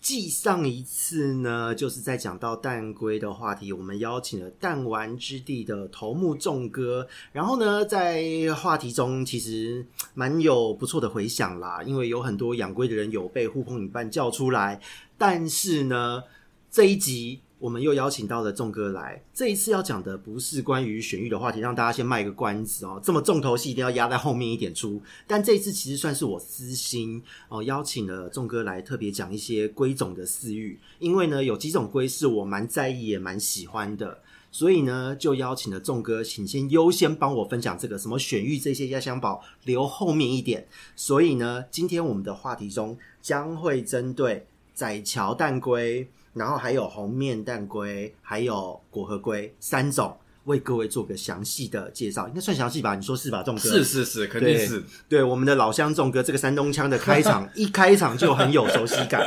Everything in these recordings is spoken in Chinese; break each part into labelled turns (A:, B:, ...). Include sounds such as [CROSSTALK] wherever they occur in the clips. A: 继上一次呢，就是在讲到蛋龟的话题，我们邀请了弹丸之地的头目众哥，然后呢，在话题中其实蛮有不错的回响啦，因为有很多养龟的人有被呼朋引伴叫出来，但是呢，这一集我们又邀请到了众哥来，这一次要讲的不是关于选育的话题，让大家先卖个关子哦，这么重头戏一定要压在后面一点出，但这一次其实算是我私心哦，邀请了众哥来特别讲一些龟种的饲育，因为呢有几种龟是我蛮在意也蛮喜欢的，所以呢就邀请了众哥，请先优先帮我分享这个什么选育这些压箱宝，留后面一点。所以呢，今天我们的话题中将会针对窄桥蛋龟，然后还有红面蛋龟，还有果核龟三种。为各位做个详细的介绍，应该算详细吧？你说是吧，众哥？
B: 是是是，肯定
A: 对
B: 是。
A: 对我们的老乡仲哥这个山东腔的开场，一开场就很有熟悉感。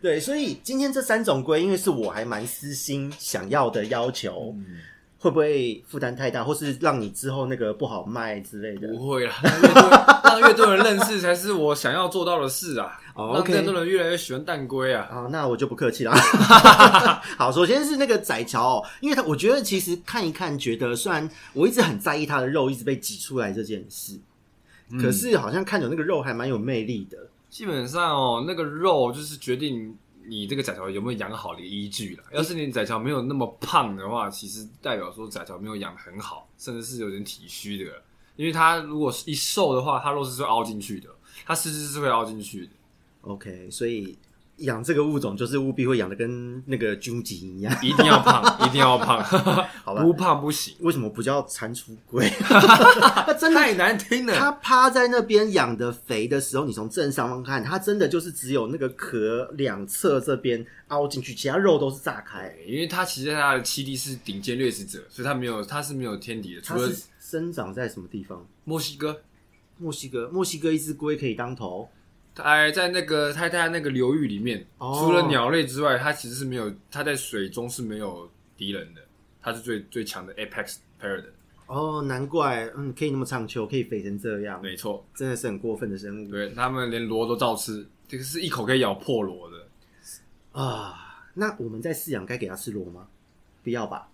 A: 对，所以今天这三种龟，因为是我还蛮私心想要的要求，会不会负担太大，或是让你之后那个不好卖之类的？
B: 不会啦， [LAUGHS] 让越多让越多人认识才是我想要做到的事啊！
A: 哦
B: 让
A: OK
B: 更多人越来越喜欢蛋龟啊！
A: 好，那我就不客气啦。好，首先是那个窄桥、哦，因为他我觉得其实看一看，觉得虽然我一直很在意它的肉一直被挤出来这件事，
B: 嗯
A: 可是好像看着那个肉还蛮有魅力的。
B: 基本上哦，那个肉就是决定你这个窄桥有没有养好的依据啦。要是你窄桥没有那么胖的话，其实代表说窄桥没有养得很好，甚至是有点体虚的。因为它如果一瘦的话，它肉是会凹进去的，它四肢是会凹进去的。
A: OK，所以养这个物种就是务必会养的跟那个军级一样，
B: 一定要胖，一定要胖， [LAUGHS]
A: 好吧
B: 不胖不行，
A: 为什么不叫蟾蜍 [LAUGHS] 龟？它真的，
B: 太难听了。
A: 它趴在那边养的肥的时候，你从正上方看，它真的就是只有那个壳两侧这边凹进去，其他肉都是炸开。
B: 因为它其实它的栖地是顶尖掠食者，所以它没有它是没有天敌的，除
A: 它
B: 了
A: 是生长在什么地方？
B: 墨西哥，
A: 墨西哥，墨西哥一只龟可以当头，
B: 它还在那个它在那个流域里面，
A: 哦
B: 除了鸟类之外，它其实是没有它在水中是没有敌人的，它是最最强的 apex predator，
A: 哦，难怪，嗯，可以那么长秋，可以肥成这样，
B: 没错，
A: 真的是很过分的生物。
B: 对，它们连螺都照吃，这个是一口可以咬破螺的。
A: 啊，那我们在饲养该给它吃螺吗？不要吧，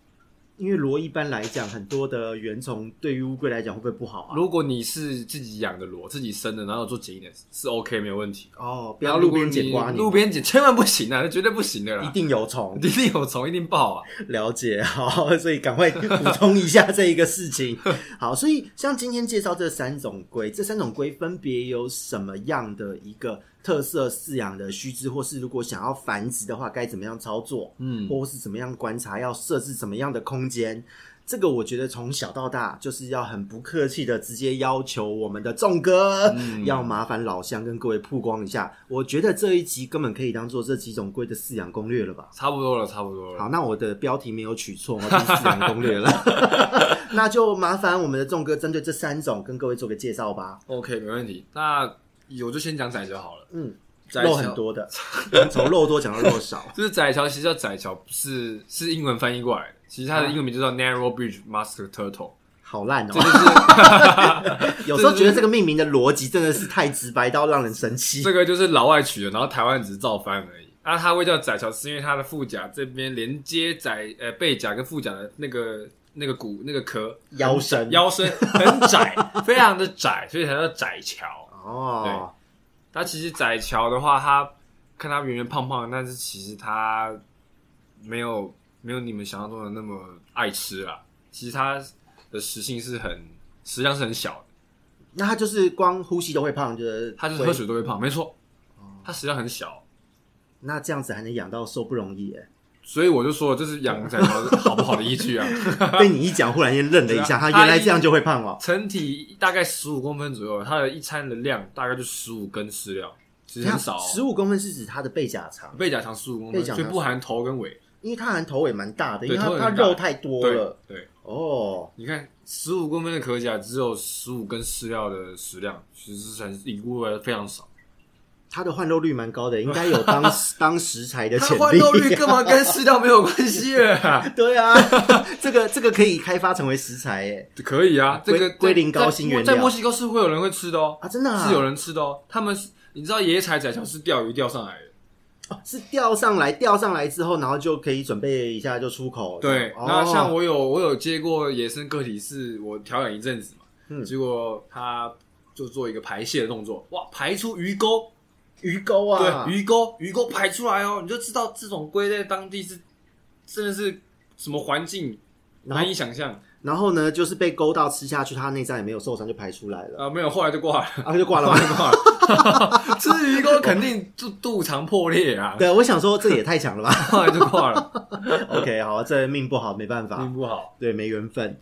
A: 因为螺一般来讲，很多的原虫对于乌龟来讲会不会不好啊？
B: 如果你是自己养的螺，自己生的，然后做检疫的，是 OK 没有问题。
A: 哦，不
B: 不
A: 要路边捡瓜，
B: 路边捡千万不行啊，那绝对不行的
A: 一
B: 啦，
A: 定有虫
B: [LAUGHS] 一。定有虫，一定爆啊！
A: 了解，好， [LAUGHS] 所以赶快补充一下这一个事
B: [LAUGHS]
A: 情。好，所以像今天介绍这三种龟，这三种龟分别有什么样的一个特色饲养的须知，或是如果想要繁殖的话，该怎么样操作？
B: 嗯，
A: 或是怎么样观察，要设置怎么样的空间。这个我觉得从小到大就是要很不客气的直接要求我们的众哥，
B: 嗯
A: 要麻烦老乡跟各位曝光一下。我觉得这一集根本可以当做这几种龟的饲养攻略了吧？
B: 差不多了，差不多了。
A: 好，那我的标题没有取错，我已经饲养攻略了。 [LAUGHS] 那就麻烦我们的众哥针对这三种跟各位做个介绍吧。
B: OK，没问题。那我就先讲窄桥好了。
A: 嗯，
B: 窄
A: 肉
B: 桥
A: 很，多的，从肉多讲到肉少。
B: 就是窄桥，其实叫窄桥，不是是英文翻译过来的。其实它的英文名就叫 Narrow Bridge Master Turtle，
A: 好烂哦
B: 这！就是
A: [LAUGHS] 有时候觉得这个命名的逻辑真的是太直白到让人生气。
B: 这个就是老外取的，然后台湾只是照翻而已。那它会叫窄桥，是因为它的腹甲这边连接窄呃背甲跟腹甲的那个那个骨那个壳
A: 腰身
B: 腰身很窄，非常的窄，所以才叫窄桥。
A: 哦，
B: 它其实窄桥的话，它看它圆圆胖胖的，但是其实它没有没有你们想象中的那么爱吃啦。其实它的食性是很食量是很小的，
A: 那他就是光呼吸都会胖，就是
B: 它就是喝水都会胖，没错，它食量很小。
A: 那这样子还能养到瘦不容易
B: [LAUGHS]
A: 耶。
B: 所以我就说，这是养窄桥好不好的依据啊。 [LAUGHS]
A: 被你一讲，忽然间愣了一下，
B: 对
A: 他
B: 啊
A: 原来这样就会胖哦。
B: 成体大概十五公分左右，它的一餐的量大概就十五根饲料，其实很少哦、
A: 十五公分是指他的背甲长
B: 背甲长十五公
A: 背
B: 分，
A: 甲长
B: 所以不含头跟尾，
A: 因为它好像头也蛮大的，因
B: 对
A: 为它
B: 头也
A: 它
B: 很大
A: 肉太多
B: 对
A: 了
B: 对，
A: 哦。
B: 你看十五公分的壳甲只有十五根饲料的食量，其实很以估为非常少。
A: 它的换肉率蛮高的，应该有
B: [LAUGHS]
A: 当当食材的
B: 它
A: 潜力。
B: 换肉率干嘛跟饲料没有关系了啊？
A: [LAUGHS] 对啊，这个这个可以开发成为食材耶
B: [LAUGHS] 可以啊，这
A: 龟
B: 个
A: 龟
B: 在
A: 苓膏
B: 在
A: 新原料
B: 在墨西哥是会有人会吃的哦，
A: 啊！真的啊，
B: 是有人吃的哦。他们是你知道椰菜仔桥是钓鱼钓上来的，
A: 哦是钓上来，钓上来之后，然后就可以准备一下就出口。
B: 对，
A: 哦
B: 那像我有我有接过野生个体，是我调养一阵子嘛，
A: 嗯
B: 结果它就做一个排泄的动作，哇，排出鱼钩，
A: 鱼钩啊，
B: 对，鱼钩，鱼钩排出来哦，你就知道这种龟在当地是真的是什么环境
A: 然后
B: 难以想象啊、
A: 然后呢，就是被勾到吃下去，它内脏也没有受伤，就排出来
B: [LAUGHS]
A: 了，
B: 呃没有，后来就挂了，
A: 啊，就挂了
B: 后 [LAUGHS]
A: 吧。
B: 来就挂了，吃鱼钩肯定肚肚肠破裂 [LAUGHS] 啊，
A: 对，我想说这也太强了吧。 [LAUGHS]
B: 后来就挂 [LAUGHS] 了，
A: OK，好，这命不好，没办法
B: 命，不好。
A: 对，没缘分。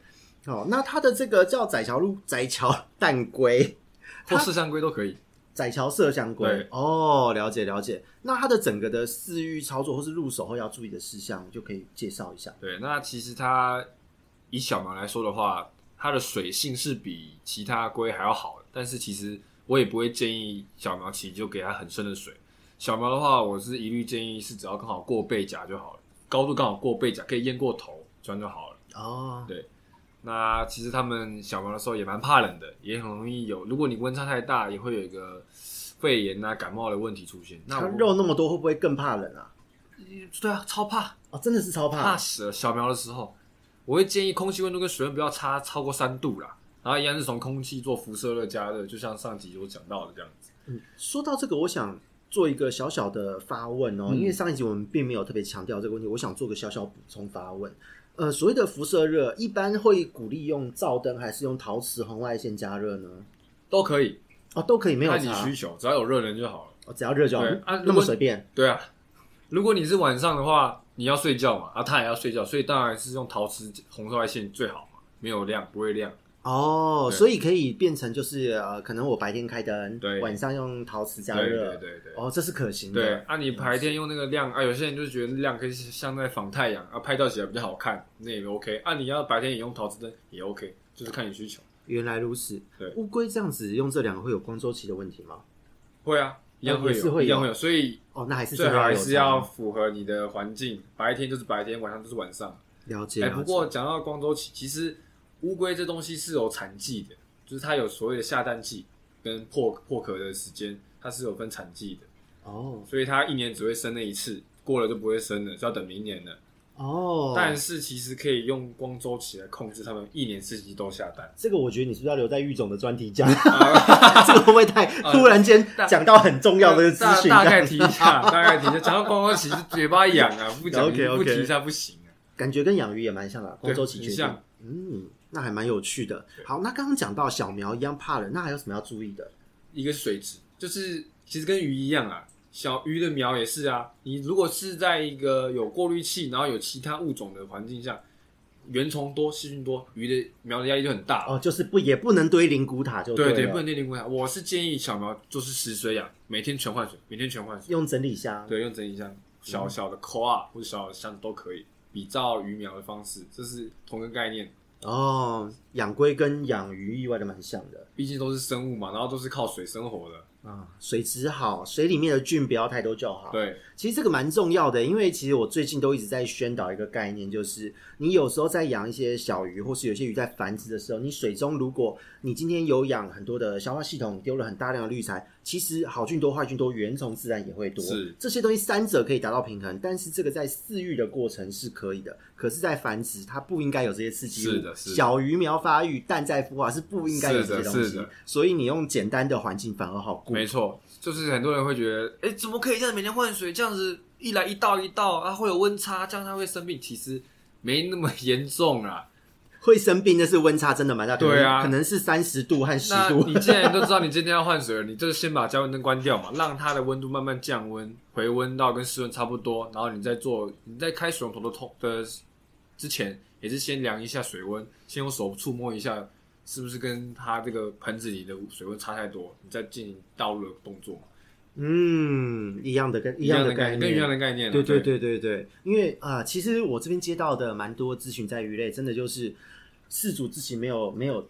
A: 好，那它的这个叫窄桥路窄桥蛋龟， [LAUGHS]
B: 或麝香龟都可以，
A: 窄桥麝香龟
B: 对。
A: 哦，了解了解。那它的整个的饲育操作或是入手后要注意的事项，就可以介绍一下。
B: 对，那其实它以小苗来说的话，它的水性是比其他龟还要好的，但是其实我也不会建议小苗起就给它很深的水。小苗的话，我是一律建议是只要刚好过背甲就好了，高度刚好过背甲，可以淹过头，这样就好了。
A: 哦，
B: 那其实他们小苗的时候也蛮怕冷的，也很容易有，如果你温差太大，也会有一个肺炎啊、感冒的问题出现。那
A: 它
B: 我
A: 肉那么多，会不会更怕冷啊？
B: 对啊，超怕，
A: 哦，真的是超怕
B: 怕死了。小苗的时候，我会建议空气温度跟水温不要差超过三度啦，然后一样是从空气做辐射热加热，就像上集我讲到的这样子。
A: 嗯，说到这个，我想做一个小小的发问哦，
B: 嗯
A: 因为上一集我们并没有特别强调这个问题，我想做个小小补充发问。呃，所谓的辐射热，一般会鼓励用照灯还是用陶瓷红外线加热呢？
B: 都可以，
A: 哦，都可以，没有
B: 看你
A: 差
B: 需，求，只要有热能就好了。
A: 哦、只要热就好，
B: 对啊
A: 那
B: 如
A: 么
B: 果
A: 随便。
B: 对啊，如果你是晚上的话，你要睡觉嘛，啊，他也要睡觉，所以当然是用陶瓷红外线最好嘛，没有亮，不会亮。
A: 哦，
B: 对
A: 所以可以变成就是呃，可能我白天开灯，
B: 对
A: 晚上用陶瓷加
B: 对
A: 热，
B: 对对对。
A: 哦，这是可行
B: 对
A: 的。，
B: 啊，你白天用那个亮啊，有些人就觉得亮可以像在仿太阳啊，拍照起来比较好看，那也 OK。啊，你要白天也用陶瓷灯也 OK，就是看你需求。
A: 原来如此
B: 对。
A: 乌龟这样子用这两个会有光周期的问题吗？
B: 会啊，一样会
A: 也是
B: 有，
A: 会有
B: 一样会有，所以
A: 哦，那还是
B: 最
A: 真
B: 好
A: 的
B: 还
A: 有
B: 是
A: 差
B: 要符合你的环境，白天就是白天，晚上就是晚上。
A: 了解。
B: 哎、
A: 了
B: 不
A: 解
B: 过讲到光周期，其实乌龟这东西是有产季的，就是它有所谓的下蛋季跟破破壳的时间，它是有分产季的，
A: 哦
B: 所以它一年只会生那一次，过了就不会生了，就要等明年了。
A: 哦，
B: 但是其实可以用光周期来控制它们一年四季都下蛋。
A: 这个我觉得你是不是要留在玉总的专题讲？
B: [LAUGHS]
A: [LAUGHS]
B: 啊
A: 这个会不会
B: [LAUGHS]
A: 太
B: 啊
A: 突然间
B: 大
A: 讲到很重要的资讯？
B: 大大概
A: 这样
B: 提一下，大概提一下。讲到光周期，嘴巴痒啊，不讲
A: [LAUGHS] OK，OK
B: 不提一下不行啊。
A: 感觉跟养鱼也蛮像的，工周期决
B: 很
A: 定
B: 像。
A: 嗯，那还蛮有趣的。好，那刚刚讲到小苗一样怕冷，那还有什么要注意的？
B: 一个是水质，就是其实跟鱼一样啊，小鱼的苗也是啊。你如果是在一个有过滤器，然后有其他物种的环境下，原虫多、细菌多，鱼的苗的压力就很大。
A: 哦，就是不也不能堆灵骨塔就
B: 对
A: 对啊
B: 对，
A: 了
B: 不能内定过来。我是建议小苗就是食水养，每天全换水，每天全换水。
A: 用整理箱。
B: 对，用整理箱，小小的扣啊，或者小小的箱子都可以，比照鱼苗的方式，这是同个概念。
A: 哦，养龟跟养鱼意外的蛮像的
B: 毕竟都是生物嘛，然后都是靠水生活的。
A: 啊。水质好，水里面的菌不要太多就好。
B: 对，
A: 其实这个蛮重要的，因为其实我最近都一直在宣导一个概念，就是你有时候在养一些小鱼，或是有些鱼在繁殖的时候，你水中如果你今天有养很多的消化系统，丢了很大量的滤材，其实好菌多、坏菌多，原虫自然也会多。
B: 是
A: 这些东西三者可以达到平衡，但是这个在饲育的过程是可以的，可是，在繁殖它不应该有这些刺激物。
B: 是的是的
A: 小鱼苗发育、蛋在孵化是不应该有这些
B: 是的
A: 东
B: 是
A: 西
B: 的，
A: 所以你用简单的环境反而好顾。
B: 没错，就是很多人会觉得，哎、怎么可以这样每天换水？这样子一来一到一到啊，会有温差，这样它会生病。其实没那么严重啊 [LAUGHS] 啦。
A: 会生病，那是温差真的蛮大，可能
B: 对啊
A: 可能是三十度和十
B: 那
A: 度
B: 你，既然都知道你今天要换水了，你就先把加温灯关掉嘛，让它的温度慢慢降温，回温到跟室温差不多，然后你再做，你在开水龙头的通的之前，也是先量一下水温，先用手触摸一下，是不是跟它这个盆子里的水温差太多，你再进行倒入的动作嘛。
A: [LAUGHS] 嗯，一样的跟一样
B: 的
A: 概
B: 跟一样
A: 念。
B: 的概念啊，
A: 对对
B: 对
A: 对对对，因为啊、呃其实我这边接到的蛮多咨询在鱼类，真的就是饲主自己没有没有，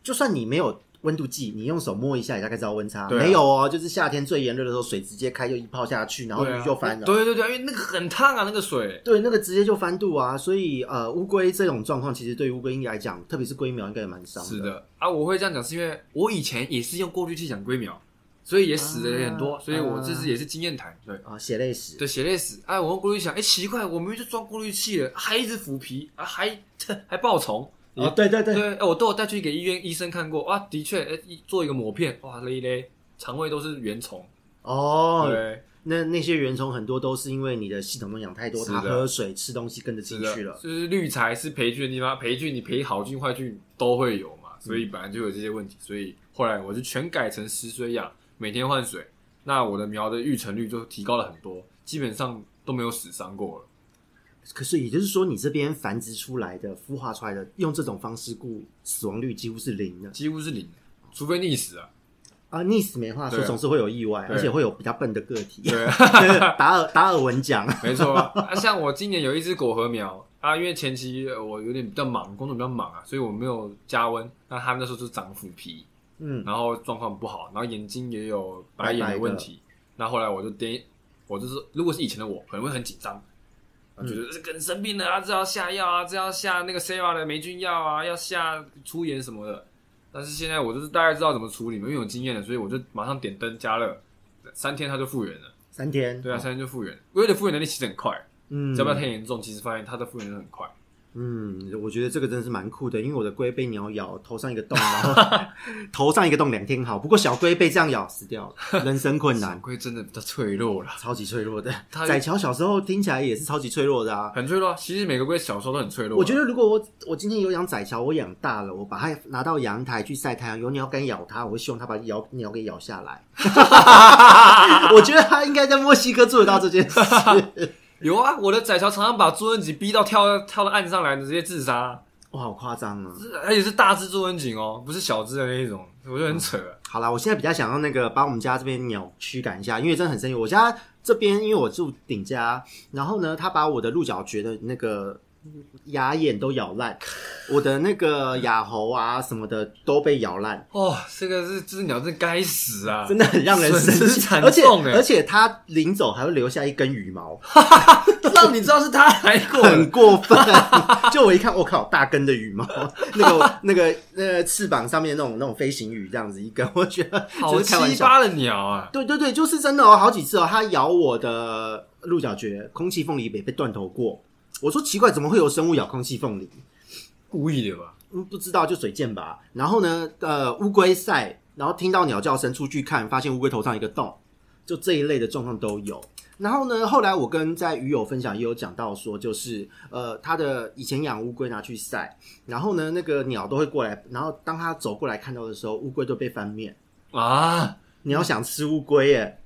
A: 就算你没有温度计，你用手摸一下，你大概知道温差。
B: 对啊
A: 没有哦，就是夏天最炎热的时候，水直接开就一泡下去，然后
B: 对啊
A: 鱼就翻了。
B: 对对对，因为那个很烫啊，那个水，
A: 对，那个直接就翻肚啊，所以呃，乌龟这种状况，其实对于乌龟来讲，特别是龟苗，应该也蛮伤
B: 是的啊，我会这样讲是因为我以前也是用过滤器养龟苗，所以也死的人很多，
A: 啊
B: 所以我这次也是经验谈，对。
A: 啊，血泪史。
B: 对，血泪史！哎，我用过滤器想，哎，奇怪，我明明就装过滤器了，还一直腐皮啊，还还爆虫，
A: 啊，对对对，
B: 对，哎我都有带去给医院医生看过啊，的确，哎，一做一个膜片，哇嘞嘞，肠胃都是原虫，
A: 哦，
B: 对，
A: 那那些原虫很多都是因为你的系统中养太多，
B: 是
A: 它
B: 的
A: 喝水吃东西跟着
B: 是
A: 进
B: 的
A: 去，了。
B: 就是滤材是培菌的地方，培菌你培好菌坏菌都会有嘛，所以本来就有这些问题，所以后来我就全改成湿水养，每天换水，那我的苗的育成率就提高了很多，基本上都没有死伤过了。
A: 可是也就是说，你这边繁殖出来的、孵化出来的，用这种方式顾死亡率几乎是零的
B: 几乎是零，除非溺死啊。
A: 啊，溺死没话说，
B: 对啊
A: 总是会有意外，
B: 对
A: 而且会有比较笨的个体。
B: 对啊
A: [LAUGHS] 达尔达尔文奖，
B: 没错啊，啊像我今年有一只果核苗啊，因为前期呃我有点比较忙，工作比较忙啊，所以我没有加温。那它那时候就长腐皮，
A: 嗯，
B: 然后状况不好，然后眼睛也有白眼
A: 白白
B: 的
A: 的
B: 问题。那后来我就颠，我就是如果是以前的我，可能会很紧张，啊，觉得这个人生病了啊，这要下药啊，这要下那个 Sera 的霉菌药啊，要下粗盐什么的。但是现在我就是大概知道怎么处理嘛，因为有经验了，所以我就马上点灯加热，三天它就复原了。
A: 三天，
B: 对啊，三天就复原。龟的复原能力其实很快，
A: 嗯，
B: 只要不要太严重，其实发现它的复原能力很快。
A: 嗯，我觉得这个真的是蛮酷的，因为我的龟被鸟咬，头上一个洞，然后 [LAUGHS] 头上一个洞两天好，不过小龟被这样咬死掉了，人生困
B: 小
A: 难，
B: 龟真的比较脆弱啦，
A: 超级脆弱的。
B: 它
A: 仔乔小时候听起来也是超级脆弱的啊。
B: 很脆弱啊。其实每个龟小时候都很脆弱啊。
A: 我觉得如果我我今天有养仔乔，我养大了，我把它拿到阳台去晒太阳，有鸟敢咬它，我会希望它把咬鸟给咬下来。 [LAUGHS] 我觉得它应该在墨西哥做得到这件事。
B: 有啊，我的仔乔常常把朱恩锦逼到跳跳到岸上来，直接自杀，
A: 哇，好夸张啊！
B: 是而且是大只朱恩锦哦，不是小只的那一种，我觉得很扯啊。
A: 好啦，我现在比较想要那个把我们家这边鸟驱赶一下，因为真的很生气。我家这边因为我住顶家，然后呢，他把我的鹿角蕨的那个牙眼都咬
B: [LAUGHS]
A: 烂，我的那个哑喉啊什么的都被咬
B: [LAUGHS]
A: 烂，
B: 哦，这个是这只鸟真该死啊！
A: 真的很让人生
B: 损失
A: 气。
B: 惨
A: 而且
B: 重欸
A: 而且他临走还会留下一根羽毛，
B: 让你知道是它来过了
A: 很 [LAUGHS] 过
B: [LAUGHS]
A: 分。就我一看，我靠，大根的羽毛，那个那个那个翅膀上面那种那种飞行羽这样子一根，我觉得
B: 好
A: 就是开玩
B: 鸡
A: 笑。
B: 巴的鸟啊！
A: 对对对，就是真的哦，好几次哦，它咬我的鹿角蕨、空气凤梨也被断头过。我说奇怪，怎么会有生物咬空气凤梨？
B: 故意的吧？
A: 嗯，不知道就水见吧。然后呢，呃，乌龟赛，然后听到鸟叫声出去看，发现乌龟头上一个洞，就这一类的状况都有。然后呢，后来我跟在鱼友分享也有讲到说，就是呃，他的以前养乌龟拿去晒，然后呢，那个鸟都会过来，然后当它走过来看到的时候，乌龟都被翻面。
B: 啊，
A: 你要想吃乌龟耶，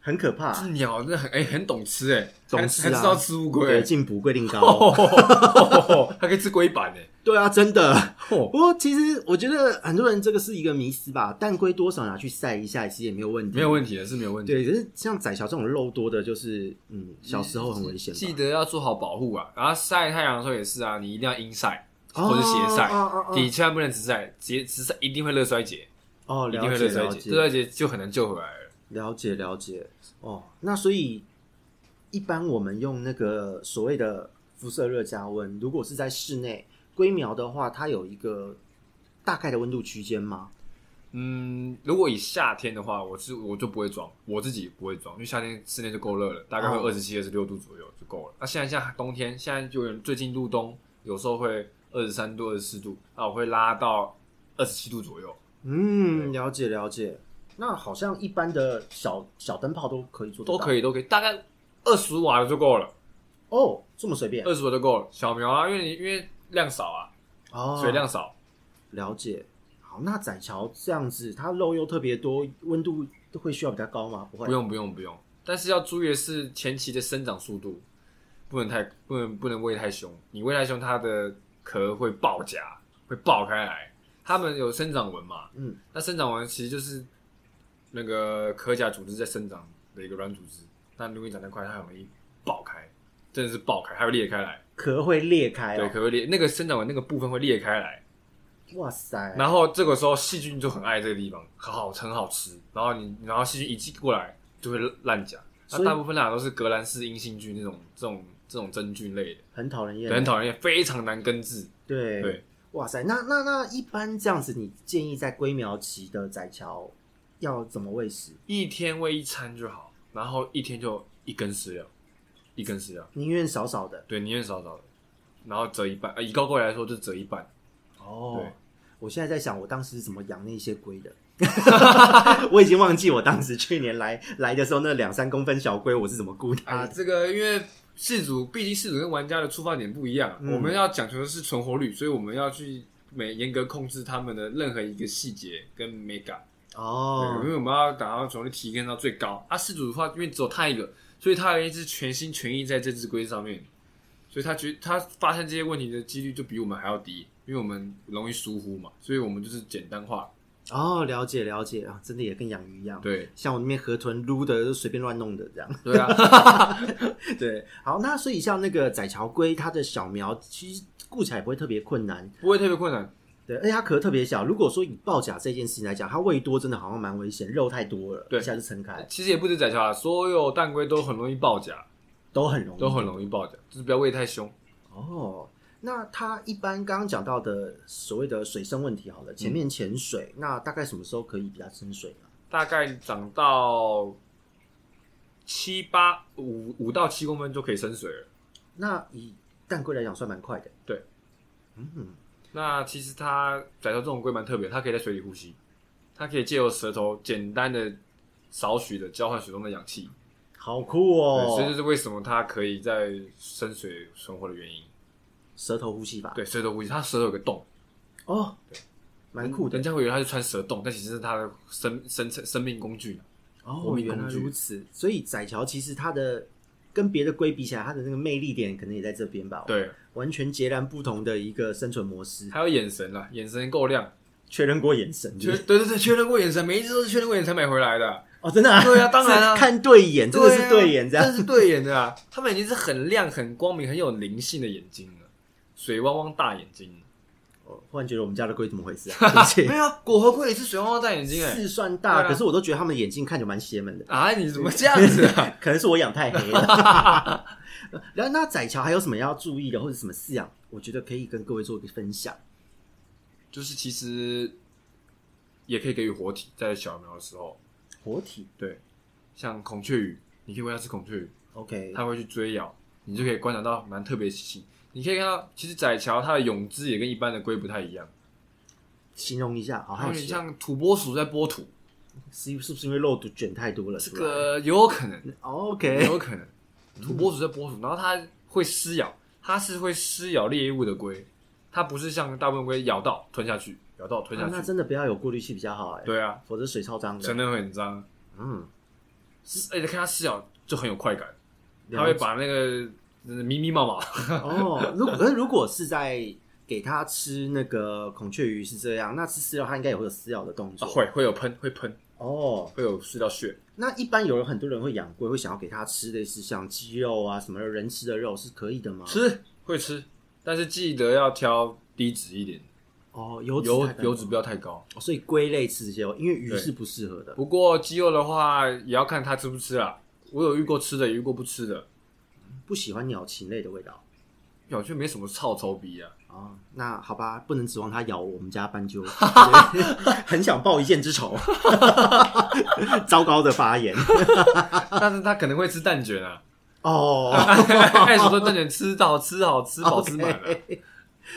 A: 很可怕，
B: 这鸟真的很哎、很懂吃哎、
A: 懂
B: 还
A: 吃啊
B: 还知道吃乌龟、
A: 对，进补龟苓膏，
B: 哦， [LAUGHS] 还可以吃龟板呢。
A: 对啊，真的。
B: 哦
A: 不，过其实我觉得很多人这个是一个迷思吧，蛋龟多少拿去晒一下，其实也没有问题，
B: 没有问题的，是没有问题。
A: 对，可是像仔桥这种肉多的，就是嗯，小时候很危险吧，
B: 记得要做好保护啊。然后晒太阳的时候也是啊，你一定要阴晒或者斜晒，
A: 哦哦哦
B: 你千万不能直晒，直直晒一定会热衰竭，
A: 哦，
B: 一定
A: 了
B: 会
A: 解
B: 热衰
A: 了
B: 竭，
A: 解
B: 热衰竭就很难救回来了。
A: 了解了解哦。那所以一般我们用那个所谓的辐射热加温，如果是在室内龟苗的话，它有一个大概的温度区间吗？
B: 嗯，如果以夏天的话，我是我就不会装，我自己不会装，因为夏天室内就够热了，大概会
A: 哦
B: 二十七、二十六度左右就够了。那、现在像冬天，现在就有点最近入冬，有时候会二十三度、二十四度，那我会拉到二十七度左右。
A: 嗯，了解了解。那好像一般的小小灯泡都可以做得
B: 都
A: 到，
B: 可
A: 以
B: 以，都可以，大概二十瓦的就够了，
A: 哦，这么随便
B: 二十瓦就够了。小苗啊，因为你因为量少啊，
A: 哦，
B: 水量少，啊
A: 了解。好，那仔桥这样子，它肉又特别多，温度会需要比较高吗？不会，
B: 不用不用不用。但是要注意的是前期的生长速度，不能太不能不能喂太凶，你喂太凶，它的壳会爆夹，会爆开来。它们有生长纹嘛？
A: 嗯，
B: 那生长纹其实就是那个铠甲组织在生长的一个软组织，但如果你长得快，它很容易爆开，真的是爆开，它会裂开来，
A: 壳会裂开
B: 对，
A: 哦，
B: 可会裂，那个生长纹那个部分会裂开来，
A: 哇塞！
B: 然后这个时候细菌就很爱这个地方，很好，很好吃，然后你然后细菌一寄过来就会烂甲，
A: 所
B: 那
A: 以
B: 大部分啊啦都是革兰氏阴性菌那种这种这种真菌类的，
A: 很讨人厌，
B: 很讨人厌，非常难根治，
A: 对
B: 对。
A: 哇塞，那那那一般这样子，你建议在龟苗期的窄桥要怎么喂食？
B: 一天喂一餐就好，然后一天就一根饲料，一根饲料。
A: 宁愿少少的
B: 对，宁愿少少的，然后折一半，呃，以高贵来说就折一半，
A: 哦
B: 对。
A: 我现在在想，我当时是怎么养那些龟的。 [LAUGHS] 我已经忘记我当时去年来来的时候，那两三公分小龟我是怎么顾它
B: 啊，
A: 的。
B: 这个因为事主，毕竟事主跟玩家的出发点不一样，
A: 嗯
B: 我们要讲求的是存活率，所以我们要去每严格控制他们的任何一个细节跟美感，对因
A: 哦，
B: 为我们要达到从率提升到最高。啊，事主的话，因为只有他一个，所以他一直全心全意在这只龟上面，所以他觉他发现这些问题的几率就比我们还要低，因为我们容易疏忽嘛，所以我们就是简单化，
A: 哦，了解了解啊，真的也跟养鱼一样。
B: 对
A: 像我那边河豚撸的，就随便乱弄的这样。 [LAUGHS]
B: 对啊。
A: 对，好，那所以像那个窄桥龟，它的小苗其实顾起来不会特别困难，
B: 不会特别困难，
A: 对，而且它壳特别小。如果说以爆甲这件事情来讲，它胃多真的好像蛮危险，肉太多了，
B: 对
A: 一下就撑开，
B: 其实也不止窄桥啊，所有蛋龟都很容易爆甲，
A: 都很容易，
B: 都很容易爆甲，就是不要喂太凶。
A: 哦。那它一般刚刚讲到的所谓的水深问题，好了，
B: 嗯
A: 前面潜水，那大概什么时候可以比较深水呢？
B: 大概长到七八五五到七公分就可以深水了。
A: 那以蛋龟来讲，算蛮快的。
B: 对，
A: 嗯，
B: 那其实它窄桥这种龟蛮特别，它可以在水里呼吸，它可以借由舌头简单的少许的交换水中的氧气，
A: 好酷
B: 对所以这
A: 哦，
B: 是为什么它可以在深水存活的原因。
A: 舌头呼吸法，
B: 对，舌头呼吸，它舌头有个洞，
A: 哦，蛮酷的
B: 人。家会以为它是穿蛇洞，但其实是它的生生生命工具呢。
A: 哦
B: 活，命
A: 原来
B: 工具
A: 如此。所以窄桥其实它的跟别的龟比起来，它的那个魅力点可能也在这边吧。，
B: 对，
A: 完全截然不同的一个生存模式。
B: 还有眼神啦，眼神够亮。
A: 确认过眼神，
B: 确
A: 就是
B: 对对对，确认过眼神，每一只都是确认过眼神买回来的，
A: 哦，真的啊，
B: 对啊当然啊
A: [LAUGHS] 是看对眼，真的是对眼这
B: 真
A: 样。
B: 啊的是对眼的啊！他们已经是很亮、很光明、很有灵性的眼睛了，水汪汪大眼睛。
A: 哦忽然觉得我们家的龟怎么回
B: [LAUGHS]
A: 事啊？对
B: 没有啊，果核龟也是水汪汪大眼睛
A: 不
B: 哎、
A: 起，是算大，
B: 对啊
A: 可是我都觉得他们的眼睛看着蛮邪门的，
B: 啊，你怎么这样子啊？ [LAUGHS]
A: [LAUGHS] 可能是我养太黑了。 [LAUGHS] 然后那窄桥还有什么要注意的，或者什么饲养，我觉得可以跟各位做一个分享。
B: 就是其实也可以给予活体，在小苗的时候，
A: 活体
B: 对，像孔雀鱼，你可以喂它吃孔雀鱼，
A: ，OK，
B: 它会去追咬，你就可以观察到蛮特别的习性。你可以看到，其实窄桥它的泳姿也跟一般的龟不太一样，
A: 形容一下，好
B: 它有
A: 好
B: 点
A: 奇啊，
B: 像土拨鼠在拨土。
A: 是是不是因为肉毒卷太多了？是
B: 这
A: 啊嗯吧
B: 个有可能，也
A: OK，
B: 有可能，土拨鼠在拨鼠，然后它会撕咬，它是会撕咬猎物的龟，它不是像大部分龟咬到吞下去，咬到吞
A: 啊那
B: 下去。
A: 真的不要有过滤器比较好哎，
B: 对啊，
A: 否则水超脏
B: 真
A: 的。
B: 的会很脏，
A: 嗯，
B: 撕而且看它撕咬就很有快感，它会把那个呃迷迷毛毛， [LAUGHS]
A: 哦，如果可是如果是在给它吃那个孔雀鱼是这样，那吃饲料它应该也会有撕咬的动作。
B: 啊会会有喷，会喷，
A: 哦，
B: 会有撕掉血。
A: 那一般有很多人会养龟，会想要给它吃类似像鸡肉啊什么人吃的肉是可以的吗？
B: 吃会吃，但是记得要挑低脂一点，
A: 哦，油脂
B: 油
A: 太高
B: 油脂不要太高。
A: 哦所以龟类吃这些，因为鱼
B: 对
A: 是不适合的。
B: 不过鸡肉的话，也要看它吃不吃啦。我有遇过吃的，也遇过不吃的，
A: 不喜欢鸟禽类的味道
B: 咬却没什么臭臭鼻啊。
A: 哦，那好吧，不能指望它咬我们家斑
B: [LAUGHS]
A: 鸠，对很想报一箭之仇。 [LAUGHS] 糟糕的发言
B: 但是他可能会吃蛋卷啊，
A: [LAUGHS] 哦。
B: 开始说蛋卷吃到吃好吃饱吃满了，
A: OK 啊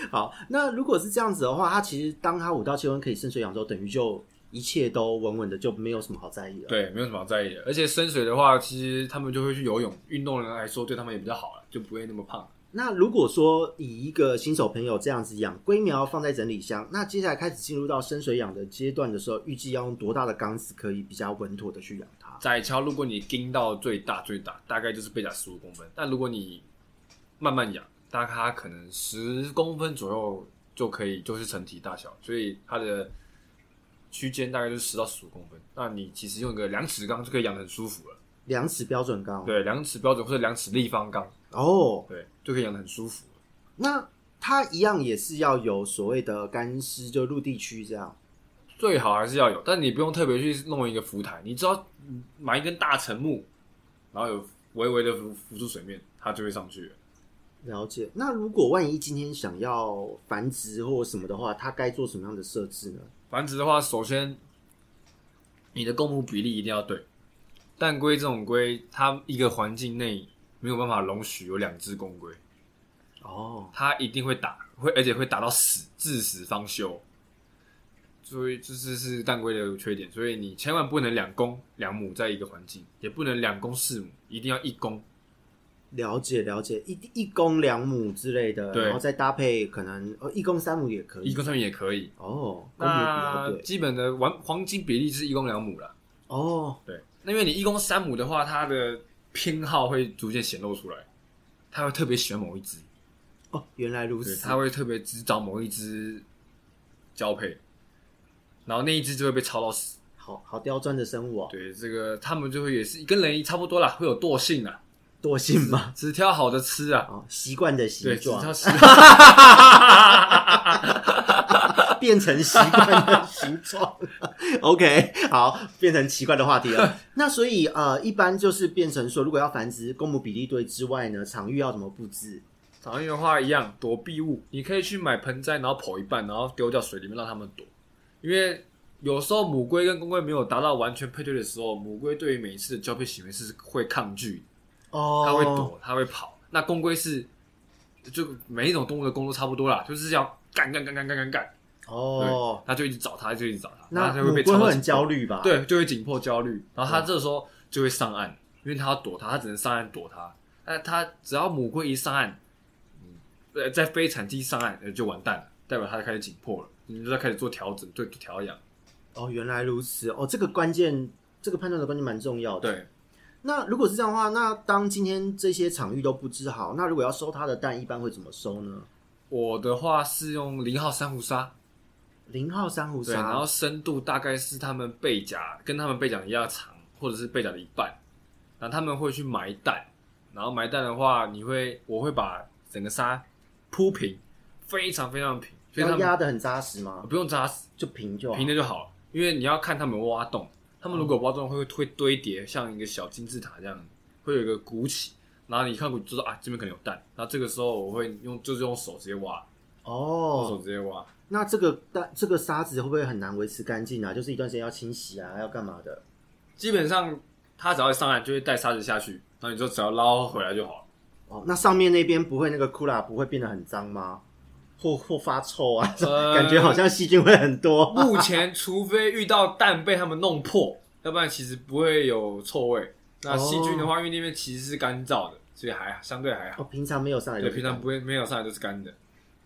A: [LAUGHS] 好，那如果是这样子的话，它其实当它五到七温可以深水养之后，等于就一切都稳稳的，就没有什么好在意了。
B: 对，没有什么好在意的。而且深水的话，其实他们就会去游泳，运动人来说对他们也比较好了，啊就不会那么胖。
A: 那如果说以一个新手朋友这样子养龟苗放在整理箱，那接下来开始进入到深水养的阶段的时候，预计要用多大的缸子可以比较稳妥的去养它？
B: 窄桥如果你盯到最大最大，大概就是背甲十五公分，但如果你慢慢养，大概它可能十公分左右就可以，就是成体大小，所以它的区间大概就是十到十五公分，那你其实用一个两尺缸就可以养得很舒服了。
A: 两尺标准缸。
B: 对，两尺标准或者两尺立方缸，
A: 哦，
B: 对，就可以养得很舒服。
A: 那它一样也是要有所谓的干湿，就陆地区这样。
B: 最好还是要有，但你不用特别去弄一个浮台，你只要买一根大沉木，然后有微微的浮浮出水面，它就会上去了。
A: 了解。那如果万一今天想要繁殖或什么的话，它该做什么样的设置呢？
B: 繁殖的话，首先你的公母比例一定要对。蛋龟这种龟，它一个环境内没有办法容许有两只公龟，
A: 哦，
B: 它一定会打，会而且会打到死，至死方休。所以这是是蛋龟的缺点，所以你千万不能两公两母在一个环境，也不能两公四母，一定要一公。
A: 了解了解，一一公两母之类的，
B: 对
A: 然后再搭配可能哦一公三母也可以。
B: 一公三母也可以。
A: 哦，公母比较
B: 那
A: 对。
B: 基本的完黄金比例是一公两母啦。
A: 哦，
B: 对，那因为你一公三母的话，它的偏好会逐渐显露出来，它会特别喜欢某一只，
A: 哦，原来如
B: 对，
A: 此。
B: 它会特别只找某一只交配，然后那一只就会被操到死。
A: 好好刁钻的生物哦，
B: 对，这个他们就会也是跟人差不多啦，会有惰性啊，
A: 惰性嘛，
B: 只挑好的吃啊，
A: 哦，习惯的
B: 对，
A: 形
B: 只挑
A: 状
B: 食。
A: [LAUGHS] 变成习惯的形状。OK，好，变成奇怪的话题 [LAUGHS] 了。那所以呃，一般就是变成说，如果要繁殖，公母比例对之外呢，场域要怎么布置？
B: 长鱼的话一样，躲避物，你可以去买盆栽，然后剖一半，然后丢掉水里面让它们躲。因为有时候母龟跟公龟没有达到完全配对的时候，母龟对于每一次的交配行为是会抗拒，
A: 哦，
B: 它会躲，它会跑。那公龟是就每一种动物的公都差不多啦，就是要干干干干干干干，
A: 哦。
B: 它就一直找它，就一直找它，
A: 那
B: 它就
A: 母
B: 会被
A: 龟
B: 吵
A: 会
B: 到
A: 很焦虑吧？，
B: 对，就会紧迫焦虑，嗯然后他这时候就会上岸，因为他要躲它，他只能上岸躲它。但他只要母龟一上岸，嗯，呃，在飞产地上岸，呃，就完蛋了，代表他就开始紧迫了，你就要开始做调整，对调养。
A: 哦，原来如此。哦，这个关键，这个判断的关键蛮重要的。
B: 对，
A: 那如果是这样的话，那当今天这些场域都布置好，那如果要收它的蛋，一般会怎么收呢？
B: 我的话是用零号珊瑚鲨，
A: 零号珊瑚
B: 对，
A: 鲨，
B: 然后深度大概是他们背甲跟他们背甲一样长，或者是背甲的一半，然后他们会去埋蛋，然后埋蛋的话，你会我会把整个沙铺平，非常非常平，所以他
A: 要
B: 们
A: 压的很扎实吗？
B: 不用扎死。
A: 就平就好
B: 平。的就好了，因为你要看他们挖洞，他们如果挖洞会会堆叠，像一个小金字塔这样，会有一个鼓起，然后你看过就知道啊，这边可能有蛋，那这个时候我会用就是用手直接挖，用手
A: 哦，
B: 直接挖，
A: 那这个蛋这个沙子会不会很难维持干净啊？就是一段时间要清洗啊，要干嘛的？
B: 基本上它只要一上来就会带沙子下去，然后你就只要捞回来就好了。
A: 哦，那上面那边不会那个库拉不会变得很脏吗？或或发臭啊？
B: 呃
A: 感觉好像细菌会很多。
B: 目前除非遇到蛋被他们弄破，要不然其实不会有臭味。那细菌的话，因为那边其实是干燥的，所以还相对还好。
A: 哦，平常没有上来就
B: 对，平常不会没有上来都是干的。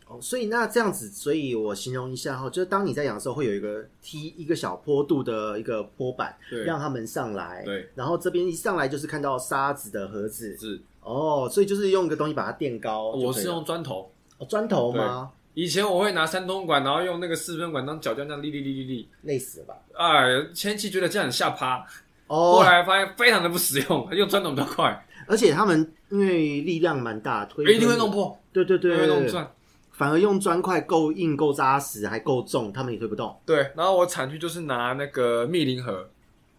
A: 哦，所以那这样子，所以我形容一下哈，就是当你在养的时候，会有一个梯，一个小坡度的一个坡板，
B: 对，
A: 让他们上来。
B: 对，
A: 然后这边一上来就是看到沙子的盒子
B: 是
A: 哦，所以就是用一个东西把它垫高哦就可以了。
B: 我是用砖头，
A: 哦砖头吗？
B: 以前我会拿三通管，然后用那个四分管当脚架这样立立立立立。
A: 累死了吧？
B: 哎，前期觉得这样很下趴，后
A: 哦，
B: 来发现非常的不实用，用砖头比较快，
A: 而且他们因为力量蛮大，推
B: 一定会弄破，
A: 对对
B: 一定
A: 对
B: 会弄断。
A: 反而用砖块够硬、够扎实，还够重，他们也推不动。
B: 对，然后我产区就是拿那个密林盒，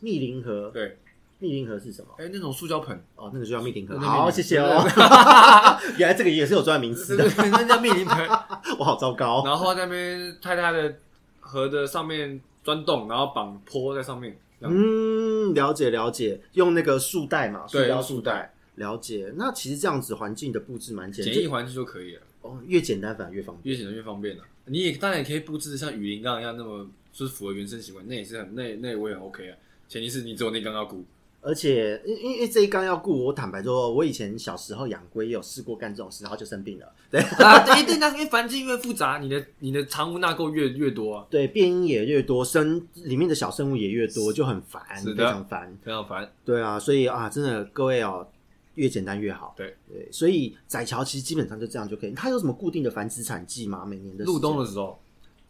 A: 密林盒，
B: 对，
A: 密林盒是什么？
B: 哎，那种塑
A: [LAUGHS]
B: 胶盆，
A: 哦，那个就叫密林盒。
B: 那密林盒
A: 好，谢谢哦。 [LAUGHS] 原来这个也是有专门名
B: 对
A: 词的
B: 对，对，那叫密林盆。
A: 我好糟
B: [LAUGHS]
A: 糕。哦
B: 然后在那边太太的盒的上面钻洞，然后绑坡在上面，这样
A: 嗯，了解了解，用那个束带嘛，塑
B: 对
A: 胶
B: 用
A: 束
B: 束
A: 带。了解，那其实这样子环境的布置蛮简
B: 简
A: 单
B: 易，环境就可以了，
A: 哦，越简单反而越方便。
B: 越简单越方便了。啊你也当然也可以布置像雨林缸一样那么就是符合原生习惯，那也是很那那我也很 OK 啊。前提是你只有那缸要顾。
A: 而且，因因因为这一缸要顾，我坦白说，我以前小时候养龟也有试过干这种事，然后就生病了。对
B: [LAUGHS] 啊，对对，那因为繁殖越复杂，你的你的藏污纳垢越越多啊，
A: 对，变音也越多，生里面的小生物也越多，就很烦，
B: 是
A: 非
B: 的
A: 常烦。
B: 非常烦。
A: 对啊，所以啊，真的各位哦，越简单越好。
B: 对
A: 对，所以窄桥其实基本上就这样就可以。它有什么固定的繁殖产季吗？每年的时间
B: 入冬的时候，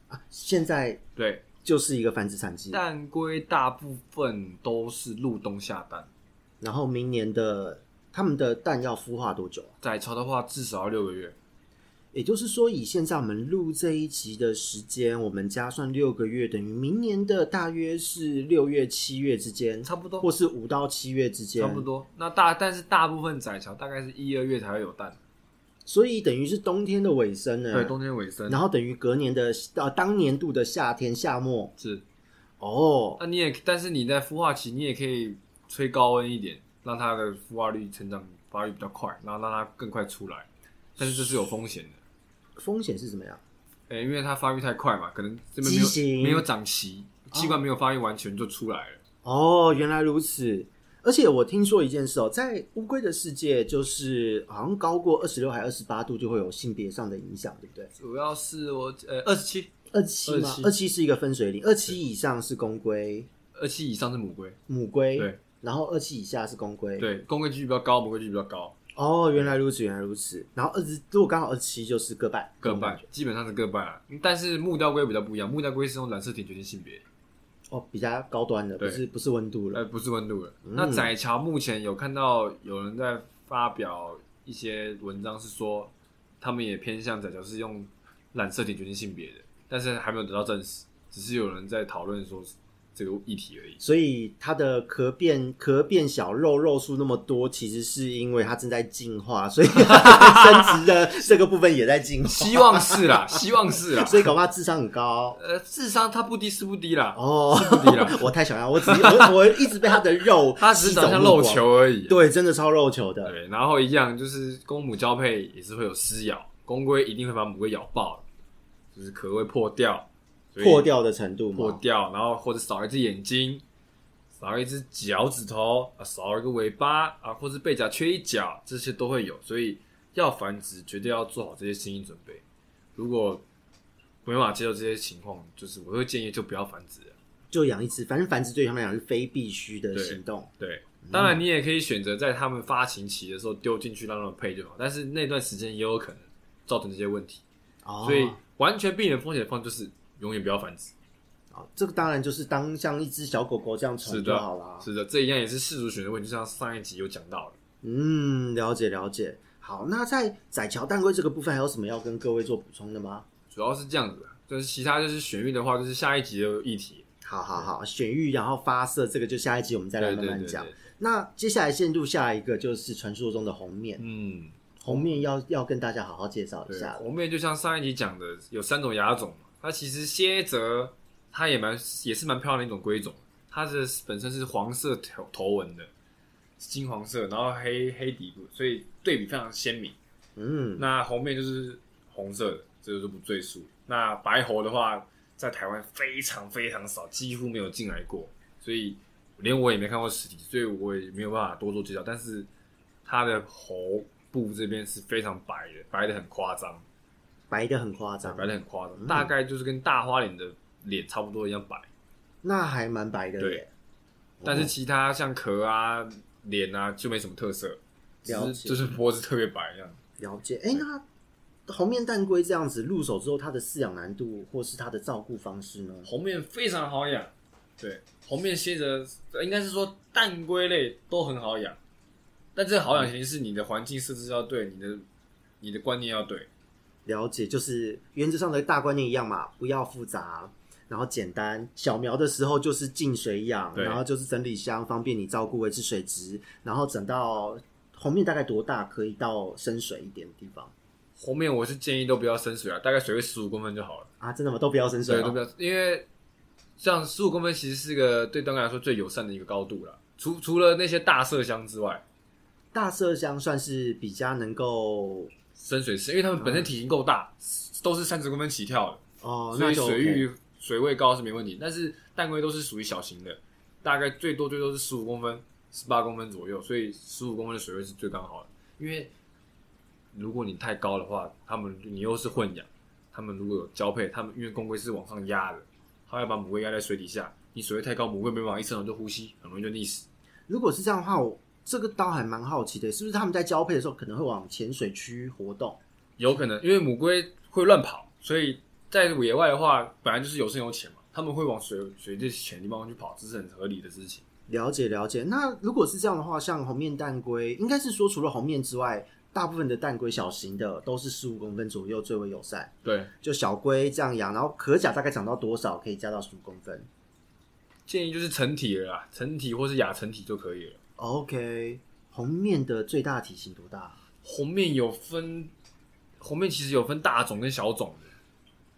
A: 啊，现在
B: 对，
A: 就是一个繁殖产季，
B: 蛋龟大部分都是入冬下蛋，
A: 然后明年的他们的蛋要孵化多久啊？
B: 仔巢的话至少要六个月。
A: 也就是说，以现在我们录这一集的时间，我们加算六个月，等于明年的大约是六月、七月之间，
B: 差不多
A: 或是五到七月之间，
B: 差不。多。那大但是大部分仔桥大概是一二月才会有蛋，
A: 所以等于是冬天的尾声呢，
B: 对，啊冬天尾声
A: 然后等于隔年的呃当年度的夏天夏末
B: 是。
A: 哦，
B: 那你也，但是你在孵化期，你也可以吹高温一点，让它的孵化率成长发育比较快，然后让它更快出来。但是这是有风险的，
A: 风险是怎么样？
B: 诶、因为它发育太快嘛，可能这边没
A: 畸形
B: 有没有长齐，器官没有发育完全就出来了。
A: 哦，原来如此。而且我听说一件事哦，在乌龟的世界，就是好像高过二十六还二十八度就会有性别上的影响，对不对？
B: 主要是我呃二十七，
A: 二七吗？
B: 27
A: 二七是一个分水岭，二七以上是公龟、
B: 二七以上是母龟，
A: 母龟，
B: 对
A: 然后二七以下是公龟。
B: 对，公龟几率比较高，母龟几率比较高，
A: 哦，原来如此，原来如此。然后二十，如果刚好二七就是各半，
B: 各半。基本上是各半啊。但是木雕龟比较不一样，木雕龟是用染色体决定性别，
A: 哦，比较高端的，不
B: 对
A: 是不是温度了。
B: 呃，不是温度了。
A: 嗯
B: 那窄桥目前有看到有人在发表一些文章，是说他们也偏向窄桥是用染色体决定性别的，但是还没有得到证实，只是有人在讨论说这个议题而已。
A: 所以它的壳变壳变小，肉肉数那么多，其实是因为它正在进化， [LAUGHS]
B: [LAUGHS]
A: 所以生殖的这个部分也在进化，
B: 希望是啦，希望是啦。
A: 所以搞不好它智商很高
B: 呃，智商它不低是不低啦，
A: 哦。
B: 不低啦，
A: 我太想要，我只我我一直被它的肉
B: [LAUGHS] 它只是
A: 吸走
B: 长像
A: 目光
B: 肉，球而已。啊
A: 对，真的超肉球的。
B: 对，然后一样就是公母交配也是会有撕咬，公龟一定会把母龟咬爆，就是壳会破掉，所以
A: 破掉的程度
B: 破
A: 嘛，
B: 掉，然后或者少一只眼睛，少一只脚趾头啊，少一个尾巴啊，或是背甲缺一角，这些都会有。所以要繁殖，绝对要做好这些心理准备。如果没办法接受这些情况，就是我会建议就不要繁殖了。
A: 就养一只，反正繁殖对他们来讲是非必须的
B: 对
A: 行动。
B: 对，
A: 嗯
B: 当然你也可以选择在他们发情期的时候丢进去让他们配就好，但是那段时间也有可能造成这些问题，
A: 哦，
B: 所以完全避免风险的方法就是永远不要繁殖。
A: 哦这个当然就是当像一只小狗狗这样宠
B: 是
A: 就
B: 的
A: 好啦。
B: 是的，这一样也是氏族选择问题，就像上一集有讲到的。
A: 嗯，了解了解。好，那在窄桥蛋龟这个部分，还有什么要跟各位做补充的吗？
B: 主要是这样子啊，就是其他就是选育的话，就是下一集的议题。
A: 好好好，选育然后发射，这个就下一集我们再来
B: 对
A: 慢
B: 对
A: 慢
B: 对
A: 讲。
B: 对，
A: 那接下来进入下一个就是传说中的红面，
B: 嗯，
A: 红面要要跟大家好好介绍一
B: 对，
A: 下。
B: 红面就像上一集讲的，有三种亚种嘛，它其实蝎蛰它也蛮也是蛮漂亮的一种龟种，它的本身是黄色头头纹的，金黄色，然后黑黑底部，所以对比非常鲜明。
A: 嗯，
B: 那红面就是红色的，这个就不赘述。那白猴的话，在台湾非常非常少，几乎没有进来过，所以连我也没看过实体，所以我也没有办法多做介绍。但是它的喉部这边是非常白的，白的很夸张，
A: 白的很夸张，
B: 白的很夸
A: 嗯
B: 张，大概就是跟大花脸的脸差不多一样白。
A: 哦那还蛮白的
B: 对
A: 耶。哦
B: 但是其他像壳啊、脸啊就没什么特色，只
A: 了
B: 是
A: 解
B: 就是脖子特别白这样。
A: 了解。哎、那红面蛋龟这样子入手之后，它的饲养难度或是它的照顾方式呢？
B: 红面非常好养，对，红面蝎子呃应该是说蛋龟类都很好养，但这个好养前提是你的环境设置要对，你的你的观念要对，
A: 了解，就是原则上的大观念一样嘛，不要复杂，然后简单。小苗的时候就是进水养，
B: 对
A: 然后就是整理箱，方便你照顾维持水质，然后整到红面大概多大可以到深水一点的地方
B: 红面我是建议都不要深水啊，大概水位十五公分就好了，
A: 啊？真的吗？都不要深水
B: 对，都
A: 哦、
B: 不要，因为这样十五公分其实是个对蛋龟来说最友善的一个高度了，除除了那些大麝香之外，
A: 大麝香算是比较能够
B: 深水是因为它们本身体型够大，都是三十公分起跳的。
A: 哦，
B: 所
A: 那
B: 以
A: 就 OK
B: 水域水位高是没问题，但是蛋龟都是属于小型的，大概最多最多是十五公分、十八公分左右，所以十五公分的水位是最刚好的。因为如果你太高的话，它们你又是混养，它们如果有交配，它们因为公龟是往上压的，它会把母龟压在水底下，你水位太高，母龟没办法一伸手就呼吸，很容易就溺死。
A: 如果是这样的话，我这个刀还蛮好奇的，是不是他们在交配的时候可能会往浅水区活动？
B: 有可能因为母龟会乱跑，所以在野外的话，本来就是有深有浅嘛，他们会往水水这浅地方去跑，这是很合理的事情。
A: 了解了解。那如果是这样的话，像红面蛋龟，应该是说除了红面之外，大部分的蛋龟小型的都是十五公分左右最为友善。
B: 对，
A: 就小龟这样养，然后壳甲大概长到多少可以加到十五公分
B: 建议就是成体了啦，成体或是亚成体就可以了。
A: ？OK，红面的最大体型多大？
B: 红面有分，红面其实有分大种跟小种的。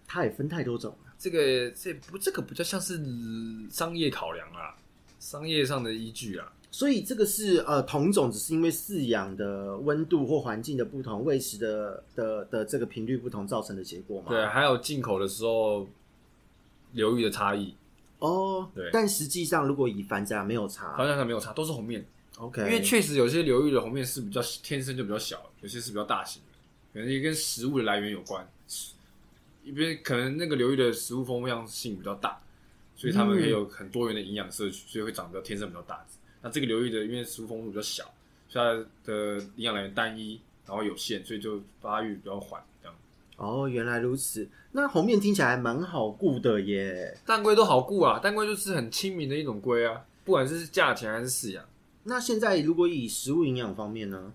A: 它也分太多种了。
B: 这个这不这个比较像是呃商业考量啊，商业上的依据啊。
A: 所以这个是呃同种，只是因为饲养的温度或环境的不同、喂食的的的这个频率不同造成的结果嘛？
B: 对，还有进口的时候流域的差异，
A: 哦，
B: 对
A: 但实际上如果以繁殖啊没有
B: 好
A: 差
B: 像还没有差，都是红面。
A: ，OK，
B: 因为确实有些流域的红面是比较天生就比较小，有些是比较大型的，可能也跟食物的来源有关，因为可能那个流域的食物丰富样性比较大，所以他
A: 嗯
B: 们也有很多元的营养摄取，所以会长得比较天生比较大只。那这个流域的因为食物丰富度比较小，所以它的营养来源单一，然后有限，所以就发育比较缓这样。
A: 哦原来如此。那红面听起来蛮好顾的耶。
B: 蛋龟都好顾啊，蛋龟就是很亲民的一种龟啊，不管是价钱还是饲养，
A: 那现在如果以食物营养方面呢，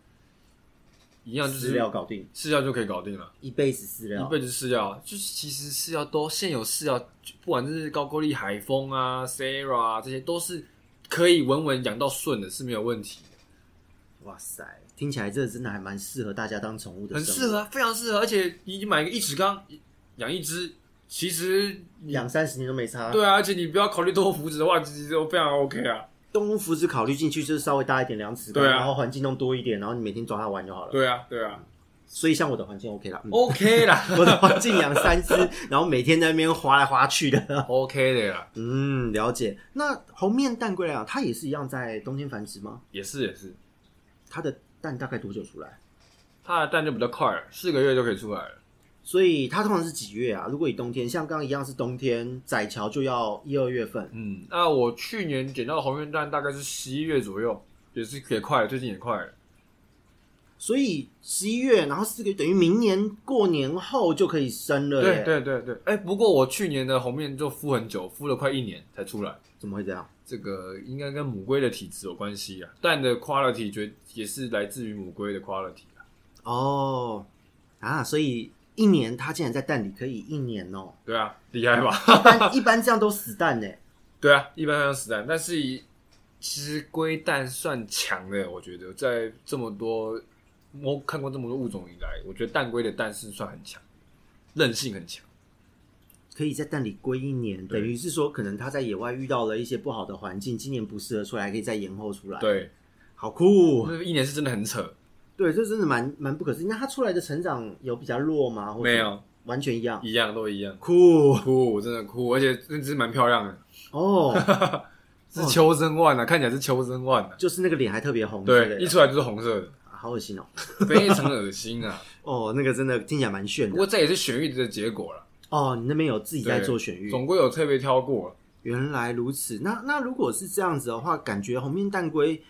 B: 一样就
A: 饲
B: 是
A: 料搞定，
B: 饲料就可以搞定了。
A: 一辈子饲料
B: 一辈子饲料，就是其实饲料都现有饲料，不管是高句丽海风啊、Sarah 啊，这些都是可以稳稳养到顺的，是没有问题的，
A: 哇塞，听起来这真的还蛮适合大家当宠物的，
B: 很适合，啊，非常适合。而且你买一个一尺缸养一只，其实你
A: 两三十年都没差。，
B: 对啊，而且你不要考虑多福祉的话，其实都非常 OK 啊。
A: 动物福祉考虑进去就是稍微大一点，两尺高，
B: 对啊
A: 然后环境弄多一点，然后你每天抓它玩就好了。
B: 对哦啊，对啊
A: 所以像我的环境 OK 啦，嗯
B: ，OK 啦
A: 我的环境养三只，然后每天在那边划来划去的。 [LAUGHS]
B: ，OK 的啦，
A: 嗯，了解。那红面蛋龟啊，它也是一样在冬天繁殖吗？
B: 也是也是，
A: 它的蛋大概多久出来？
B: 它的蛋就比较快了，四个月就可以出来了。
A: 所以它通常是几月啊？如果以冬天，像刚刚一样是冬天，窄桥就要一二月份。
B: 嗯，那我去年捡到的红面蛋大概是十一月左右，也是也快了，最近也快了。
A: 所以十一月，然后四个月，等于明年过年后就可以生了耶。
B: 对，对对对，哎、不过我去年的红面就孵很久，孵了快一年才出来。
A: 怎么会这样？
B: 这个应该跟母龟的体质有关系啊，蛋的 quality 绝也是来自于母龟的 quality 啊。
A: 哦，啊，所以一年它竟然在蛋里可以一年
B: [LAUGHS]
A: 哦，
B: 对啊，厉害吧？ [LAUGHS]
A: 一般一般这样都死蛋呢。
B: 对啊，一般像死蛋，但是以其实龟蛋算强的，我觉得在这么多我看过这么多物种以来，我觉得蛋龟的蛋是算很强，韧性很强。
A: 可以在蛋里归一年，
B: 对
A: 等于是说，可能它在野外遇到了一些不好的环境，今年不适合出来，还可以再延后出来。，
B: 对，
A: 好酷
B: 我。那一年是真的很扯，
A: 对，这真的蛮蛮不可思议。那它出来的成长有比较弱吗？或者
B: 没，有
A: 完全一样。
B: 一样都一样，
A: 酷
B: 哭真的哭，而且那只蛮漂亮的。 [LAUGHS]
A: 哦，
B: 是秋生万啊，看起来是秋生万啊。
A: 就是那个脸还特别红之类的，
B: 对，一出来就是红
A: [LAUGHS]
B: 色的，
A: 啊好恶心哦。
B: 非常恶心啊！
A: 哦，那个真的听起来蛮炫
B: 不
A: 的。
B: 过这也是选育的结果了，
A: 哦，你那边有自己在
B: 对
A: 做选育，
B: 总归有特别挑过。
A: 原来如此。那那如果是这样子的话，感觉红面蛋龟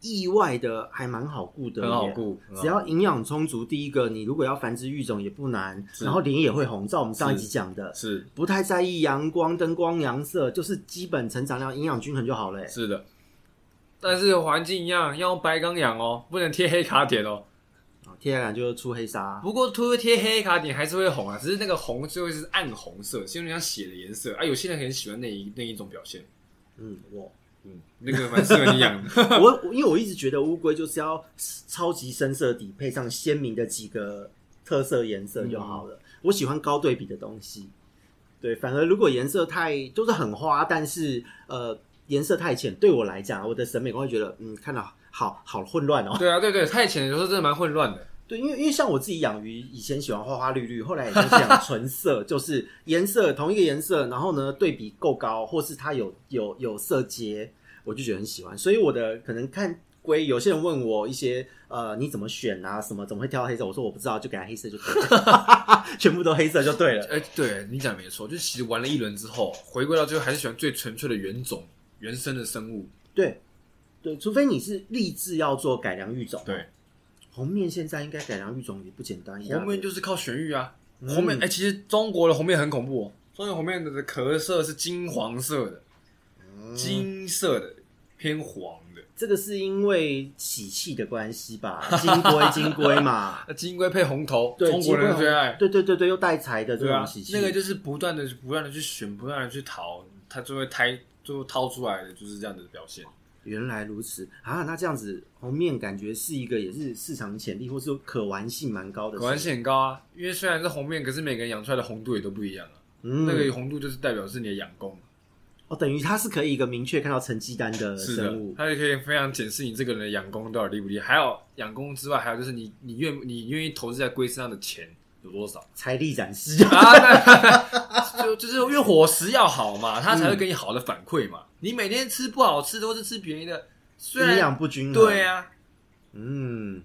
A: 意外的还蛮好顾的，
B: 很好顾啊很好顾
A: 只要营养充足。第一个，你如果要繁殖育种也不难，
B: 是
A: 然后脸也会红，照我们上一集讲的，
B: 是
A: 不太在意阳光、灯光、阳色，就是基本成长量、营养均衡就好了。
B: 是的，但是环境一样要用白钢养哦，不能贴黑卡点哦。
A: 哦天然就出黑沙，
B: 不过涂贴黑卡点还是会红啊，只是那个红就会是暗红色，是有点像血的颜色啊。有些人很喜欢那一那一种表现，
A: 嗯，我
B: 嗯，那个蛮适合
A: [LAUGHS]
B: 你养的。
A: 我我因为我一直觉得乌龟就是要超级深色底配上鲜明的几个特色颜色就好了。我喜欢高对比的东西，对，反而如果颜色太就是很花，但是呃颜色太浅，对我来讲，我的审美观会觉得嗯看到好好混乱哦。
B: 对啊，对对，太浅的时候真的蛮混乱的。
A: 对，因为因为像我自己养鱼，以前喜欢花花绿绿，后来也就是
B: [LAUGHS]
A: 养纯色，就是颜色同一个颜色，然后呢对比够高，或是它有有有色阶，我就觉得很喜欢。所以我的可能看龟，有些人问我一些呃你怎么选啊，什么怎么会挑黑色，我说我不知道，就给它黑色就对了， [LAUGHS] 全部都黑色就对了。
B: 哎、对你讲得没错，就是其实玩了一轮之后，回归到最后还是喜欢最纯粹的原种、原生的生物。
A: 对对，除非你是立志要做改良育种，
B: 对，
A: 红面现在应该改良育种也不简单，一大
B: 红面
A: 堆
B: 就是靠选育啊，
A: 嗯
B: 红面哎、其实中国的红面很恐怖、哦，松油红面的壳色是金黄色的，嗯金色的偏黄的。
A: 这个是因为喜气的关系吧？金龟金龟嘛，
B: 那金龟配红头，
A: 对，
B: 中国人的最爱
A: 金龟。对对对对，又带财的这
B: 对
A: 种
B: 啊
A: 喜，气，
B: 那个就是不断的、不断的去选，不断的去淘，它就会胎，最后掏出来的就是这样的表现。
A: 原来如此啊！那这样子，红面感觉是一个也是市场潜力或是可玩性蛮高的，
B: 可玩，性很高啊，因为虽然是红面，可是每个人养出来的红度也都不一样啊。
A: 嗯，
B: 那个红度就是代表是你的养功，
A: 哦，等于它是可以一个明确看到成绩单的
B: 是的
A: 生物，，
B: 它也可以非常检视你这个人的养功到底厉不厉害。还有养功之外，还有就是你你愿你愿意投资在龟身上的钱有多少
A: 财力展示。
B: 啊？那 [LAUGHS] 就就是因为伙食要好嘛，它才
A: 嗯
B: 会给你好的反馈嘛。你每天吃不好吃的或是吃便宜的，虽
A: 营
B: 然
A: 养不均衡，
B: 对啊，
A: 嗯，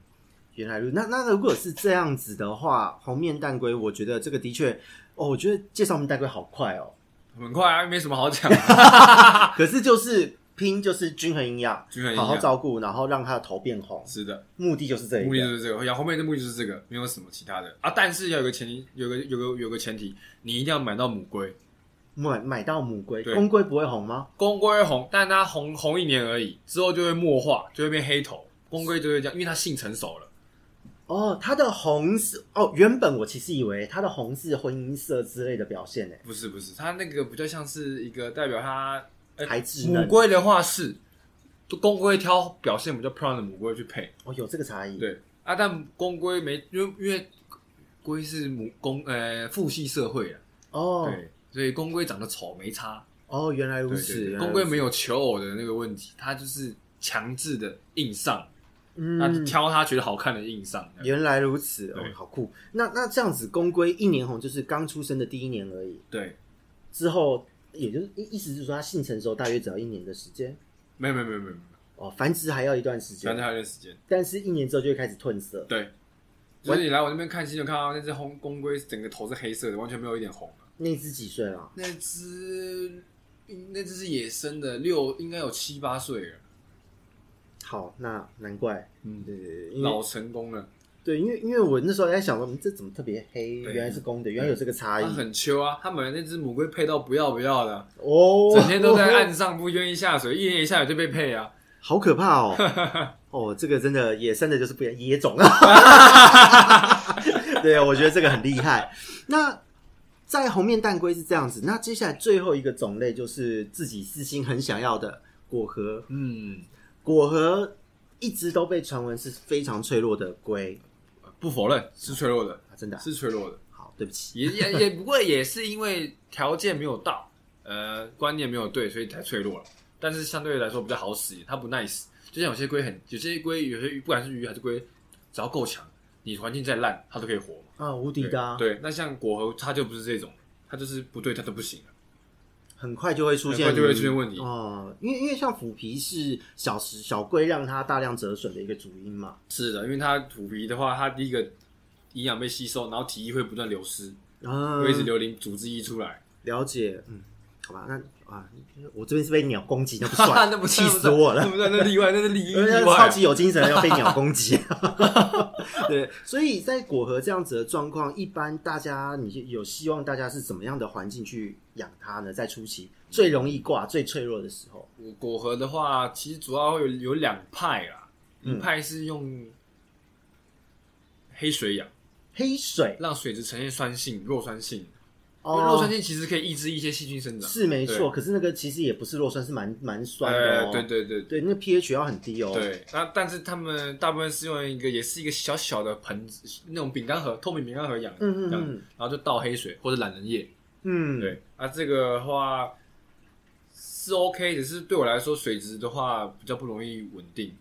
A: 原来如那那如果是这样子的话，红面蛋龟，我觉得这个的确，哦，我觉得介绍红面蛋龟好快哦，
B: 很快啊，没什么好讲。
A: [LAUGHS] 可是就是拼就是均衡营养，
B: 啊均衡营养
A: 好好照顾，然后让它的头变红，
B: 是的，
A: 目的就是这一
B: 目的就
A: 个，
B: 是这个，养红面的目的就是这个，没有什么其他的啊。但是要有个前提，有个有个有个前提，你一定要买到母龟，
A: 买买到母龟，
B: 对
A: 公龟不会红吗？
B: 公龟会红，但它红红一年而已，之后就会墨化，就会变黑头。公龟就会这样，因为它性成熟了，
A: 哦，它的红是哦，原本我其实以为它的红是婚姻色之类的表现呢，
B: 不是不是，它那个比较像是一个代表它。呃
A: 才智
B: 母
A: 能
B: 龟的话是，公龟挑表现比较漂亮的母龟去配，
A: 哦，有这个差异，
B: 对啊，但公龟没，因为因为龟是母公呃父系社会啊，
A: 哦
B: 对，所以公龟长得丑没差，
A: 哦，原来如
B: 对
A: 此
B: 对，对
A: 原来
B: 公龟
A: 如
B: 没有求偶的那个问题，他就是强制的硬上，
A: 此嗯
B: 他挑他觉得好看的硬上。
A: 原来如此，哦
B: 对，
A: 好酷。那那这样子，公龟一年红就是刚出生的第一年而已，
B: 对，
A: 之后也就是意意思就是说，它性成熟大约只要一年的时间
B: 没有没有没有没有没有，
A: 哦，繁殖还要一段时
B: 反正
A: 间，
B: 还有一段时间。
A: 但是一年之后就会开始褪色。
B: 对，所以你来我这边看戏，就看到那只红公龟整个头是黑色的，完全没有一点红了。
A: 那只几岁了？
B: 那只那只是野生的，六应该有七八岁了，
A: 好，那难怪，
B: 嗯
A: 对对对，因为
B: 老成功了，
A: 对，因为因为我那时候在想说，嗯这怎么特别黑？
B: 对
A: 原来是公的，原来有这个差
B: 他
A: 异
B: 很秋啊，他买那只母龟配到不要不要的，
A: 哦，
B: 整天都在岸，上不愿意下水，一年一下水就被配啊。
A: 好可怕
B: [LAUGHS]
A: 哦！哦，这个真的野生的就是不一样，野种啊。对，我觉得这个很厉害。那在红面蛋龟是这样子，那接下来最后一个种类就是自己私心很想要的果核。
B: 嗯，
A: 果核一直都被传闻是非常脆弱的龟
B: 不否认是脆弱的，
A: 啊，真的啊、
B: 是脆弱的，
A: 好，对不起。
B: 也也也不过也是因为条件没有到，呃，观念没有对，所以才脆弱了。但是相对来说比较好死，它不耐死。就像有些龟很，有些龟有些鱼，不管是鱼还是龟，只要够强，你环境再烂，它都可以活嘛。
A: 啊，无
B: 对
A: 敌的、啊，
B: 对，那像果核它就不是这种，它就是不对，它都不行了。
A: 很快就会出现，
B: 很快就会出现问题
A: 哦、因为因为像腐皮是小时小龟让它大量折损的一个主因嘛，
B: 是的，因为它土皮的话，它第一个营养被吸收，然后体液会不断流失，
A: 啊，
B: 会一直流离组织溢出来。
A: 了解，嗯，好吧，那啊，我这边是被鸟攻 [LAUGHS] 击，那不算，
B: [LAUGHS] 那不
A: 气死我了
B: 那不算，那例外，那是例
A: 因为 [LAUGHS] 那
B: 例
A: 个
B: 外
A: 超。级有精神，要被鸟攻击。 [LAUGHS] 对，所以在果核这样子的状况，一般大家你有希望大家是怎么样的环境去养它呢？在初期最容易挂、最脆弱的时候，
B: 果核的话，其实主要有有两派啦，一
A: 嗯
B: 派是用黑水养，
A: 黑水
B: 让水质呈现酸性、弱酸性。因为弱
A: 哦
B: 酸，性其实可以抑制一些细菌生长。
A: 是没
B: 对
A: 错，可是那个其实也不是弱酸，是蛮蛮酸的
B: 呃
A: 哦。，
B: 对对对
A: 对，那个 pH 要很低哦。，
B: 对。那但是他们大部分是用一个，也是一个小小的盆子，那种饼干盒、透明饼干盒养，
A: 嗯嗯
B: 这样
A: 嗯
B: 然后就倒黑水或者懒人液。
A: 嗯，
B: 对，啊，这个的话是 OK，只是对我来说水质的话比较不容易稳定，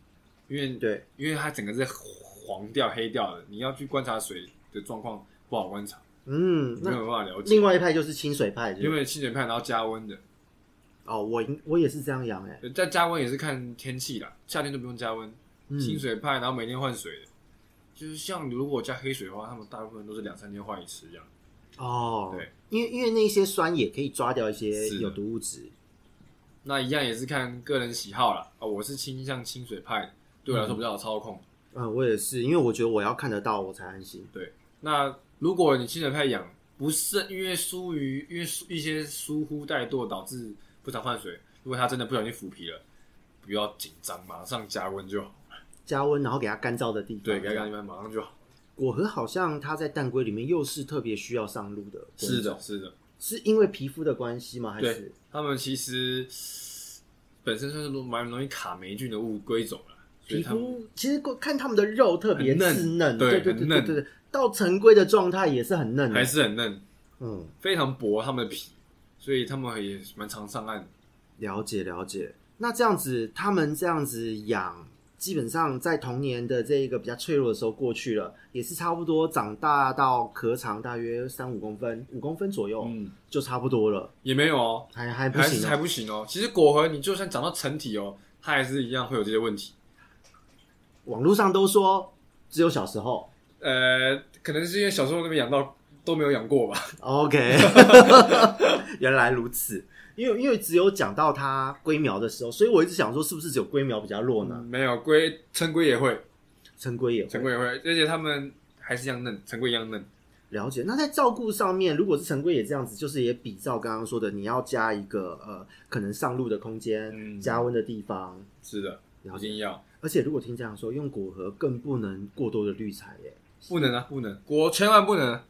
B: 因为
A: 对，
B: 因为它整个是黄掉、黑掉的，你要去观察水的状况不好观察，
A: 嗯，
B: 没
A: 那
B: 有办法了解。
A: 另外一派就是清水派，就是
B: 因为清水派然后加温的，
A: 哦，我应我也是这样养哎、
B: 呃但加温也是看天气啦，夏天就不用加温。
A: 嗯
B: 清水派然后每天换水的，就是像如果加黑水的话，他们大部分都是两三天换一次这样。
A: 哦，
B: 对，
A: 因为因为那些酸也可以抓掉一些
B: 是的
A: 有毒物质，
B: 那一样也是看个人喜好啦。啊，我是倾向清水派的，对我来说比较好操控。
A: 嗯，我也是，因为我觉得我要看得到我才安心，
B: 那如果你清水派养，不慎，因为疏于因为疏一些疏忽怠惰导致不常换水，如果它真的不小心腐皮了，不要紧张，马上加温就好。
A: 加温然后给它干燥的地方。
B: 对，给它干一般马上就好。
A: 果核好像它在蛋龟里面又是特别需要上路的，
B: 是的，，是的，
A: 是因为皮肤的关系吗？还
B: 对
A: 是
B: 它们其实本身算是蛮容易卡霉菌的物龟种了，所以
A: 皮
B: 它们
A: 肤？其实看它们的肉特别
B: 很嫩
A: 稚嫩，
B: 对
A: 对对对
B: 很
A: 对
B: 嫩
A: 对，对到成龟的状态也是很嫩的
B: 还，是很嫩，
A: 嗯，
B: 非常薄它们的皮，所以它们也蛮常上岸的。
A: 了解了解。那这样子，他们这样子养，基本上在童年的这一个比较脆弱的时候过去了，也是差不多长大到壳长大约三五公分，五公分左右、
B: 嗯，
A: 就差不多了，
B: 也没有哦，
A: 还还不
B: 还
A: 行
B: 是还
A: 哦。
B: 不行哦。其实果核你就算长到成体哦，它还是一样会有这些问题。
A: 网络上都说只有小时候
B: 呃，可能是因为小时候那边养到都没有养过吧。
A: ，OK，原来如此。因为因为只有讲到它龟苗的时候，所以我一直想说，是不是只有龟苗比较弱呢？
B: 没有龟，成龟也会，
A: 成龟也会
B: 成嗯龟也会，而且它们还是一样嫩，成龟一样嫩。
A: 了解。那在照顾上面，如果是陈规也这样子，就是也比照刚刚说的，你要加一个呃，可能上路的空间、
B: 嗯
A: 加温的地方。
B: 是的，
A: 了
B: 一
A: 解。
B: 定要，
A: 而且如果听这样说，用果核更不能过多的滤材耶，
B: 不能啊，不能，果千万不能。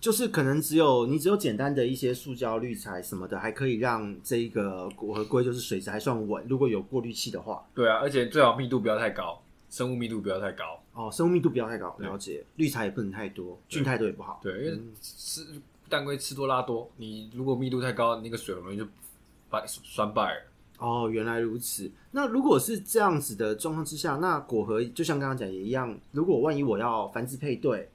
A: 就是可能只有你只有简单的一些塑胶滤材什么的，还可以让这一个果核龟就是水质还算稳。如果有过滤器的话，
B: 对啊，而且最好密度不要太高，生物密度不要太高。
A: 哦，生物密度不要太高，
B: 对
A: 了解。滤材也不能太多，菌太多也不好。
B: 对，因为
A: 嗯
B: 吃蛋龟吃多拉多，你如果密度太高，那个水很容易就败酸败了。
A: 哦，原来如此。那如果是这样子的状况之下，那果核就像刚刚讲也一样，如果万一我要繁殖配对，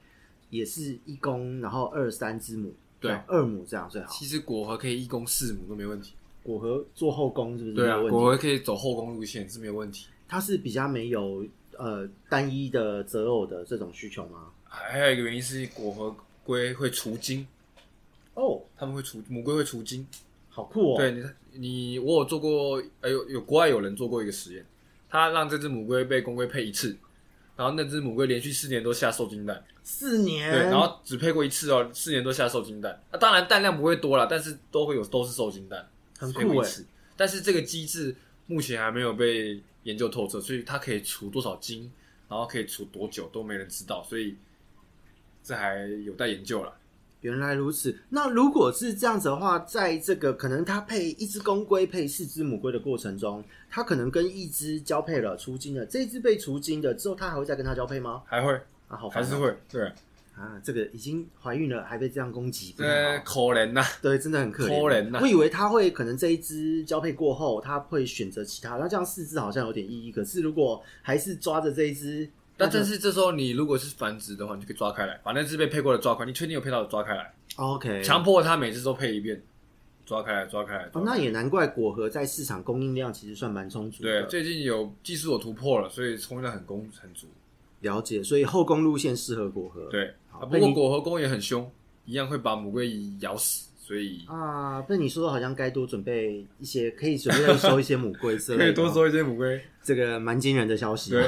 A: 也是一公，然后二三只母，这
B: 对
A: 样二母这样最好。
B: 其实果核可以一公四母都没问题。
A: 果核做后宫是不是没
B: 对啊
A: 有，问
B: 果
A: 题？
B: 核可以走后宫路线是没有问题。
A: 它是比较没有呃单一的择偶的这种需求吗？
B: 还有一个原因是果核龟会除精，
A: 哦，
B: 他们会除母龟会除精。
A: 好酷哦！，
B: 对你，你我有做过，呃，有有国外有人做过一个实验，他让这只母龟被公龟配一次，然后那只母龟连续四年都下受精蛋，
A: 四年，
B: 对，然后只配过一次哦，四年都下受精蛋。那、当然蛋量不会多啦，但是都会有都是受精蛋，
A: 很
B: 只配
A: 酷
B: 过一
A: 哎。
B: 次。但是这个机制目前还没有被研究透彻，所以它可以除多少精，然后可以除多久都没人知道，所以这还有待研究了。
A: 原来如此。那如果是这样子的话，在这个可能它配一只公龟配四只母龟的过程中，它可能跟一只交配了、除精了，这一只被除精的之后，它还会再跟它交配吗？
B: 还会
A: 啊，好烦
B: 还
A: 哦
B: 是会对，
A: 啊，这个已经怀孕了还被这样攻击，不太
B: 呃，
A: 嗯好
B: 可怜呐、
A: 对，真的很可
B: 可怜
A: 怜。啊
B: 呐
A: 我以为它会可能这一只交配过后，它会选择其他，那这样四只好像有点意义。可是如果还是抓着这一只，
B: 但但
A: 是
B: 是这时候你如果是繁殖的话，你就可以抓开来，把那只被配过的抓开，你确定有配到的抓开来，
A: 哦 OK，
B: 强迫它每次都配一遍，抓开来，抓开来。
A: 哦
B: 抓，开来
A: 那也难怪果核在市场供应量其实算蛮充足的。
B: 对，最近有技术有突破了，所以充量很攻很足。
A: 了解，所以后宫路线适合果核。
B: 对，
A: 好
B: 啊不
A: 被
B: 过
A: 你
B: 果核公也很凶，一样会把母龟咬死，所以
A: 啊，被你说的好像该多准备一些，可以准备再收一些母龟之类的。
B: [LAUGHS] 可以多，收一些母龟。
A: 这个蛮惊人的消息。
B: 对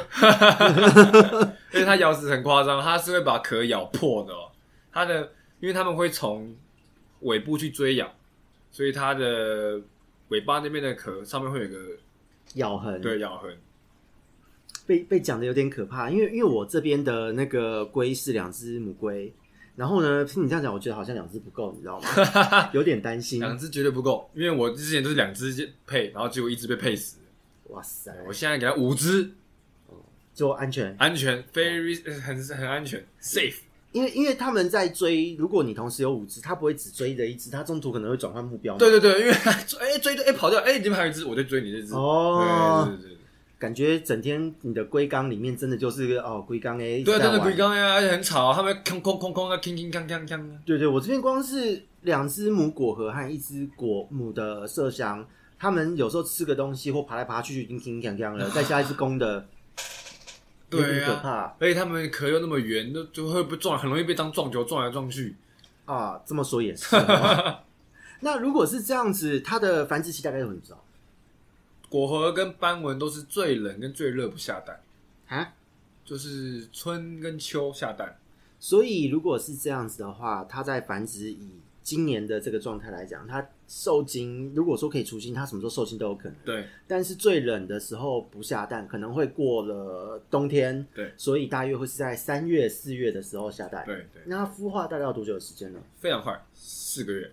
B: 因为它咬死很夸张，它是会把壳咬破的、哦。它的，因为它们会从尾部去追咬，所以它的尾巴那边的壳上面会有一个
A: 咬痕，
B: 对咬痕。
A: 被被讲的有点可怕，因为因为我这边的那个龟是两只母龟，然后呢，听你这样讲，我觉得好像两只不够，你知道吗？
B: [LAUGHS]
A: 有点担心。
B: 两只绝对不够，因为我之前就是两只配，然后结果一只被配死。
A: 哇塞，
B: 我现在给它五只，
A: 就安全，
B: 安全，very 呃很很安全，safe。
A: 因为因为他们在追，如果你同时有五只，它不会只追着一只，它中途可能会转换目标嘛。
B: 对对对，因为它追 [LAUGHS] 哎追对哎跑掉哎，你们还有一只，我就追你这只。
A: 哦
B: 对对对
A: 感觉整天你的龟缸里面真的就是个哦龟缸 A，
B: 对，对啊，真的龟缸呀，而且很吵，他们空空空空啊，铿铿锵锵锵。啊
A: 对对，我这边光是两只母果核和一只果母的麝香，它们有时候吃个东西或爬来爬去就已经叮叮
B: [LAUGHS]
A: 当当了，再加一只公的，有
B: 对
A: 点可
B: 啊，
A: 怕
B: 而且他们壳又那么圆，就就会被撞，很容易被当撞球撞来撞去。
A: 啊。这么说也是哦。
B: [LAUGHS]
A: 那如果是这样子，它的繁殖期大概有很早
B: 果核跟斑纹都是最冷跟最热不下蛋，
A: 啊？
B: 就是春跟秋下蛋。
A: 所以如果是这样子的话，它在繁殖以今年的这个状态来讲，它受精如果说可以除精，它什么时候受精都有可能。
B: 对，
A: 但是最冷的时候不下蛋，可能会过了冬天，
B: 对，
A: 所以大约会是在三月、四月的时候下蛋。
B: 对对，
A: 那它孵化大概要多久的时间呢？
B: 非常快，四个月，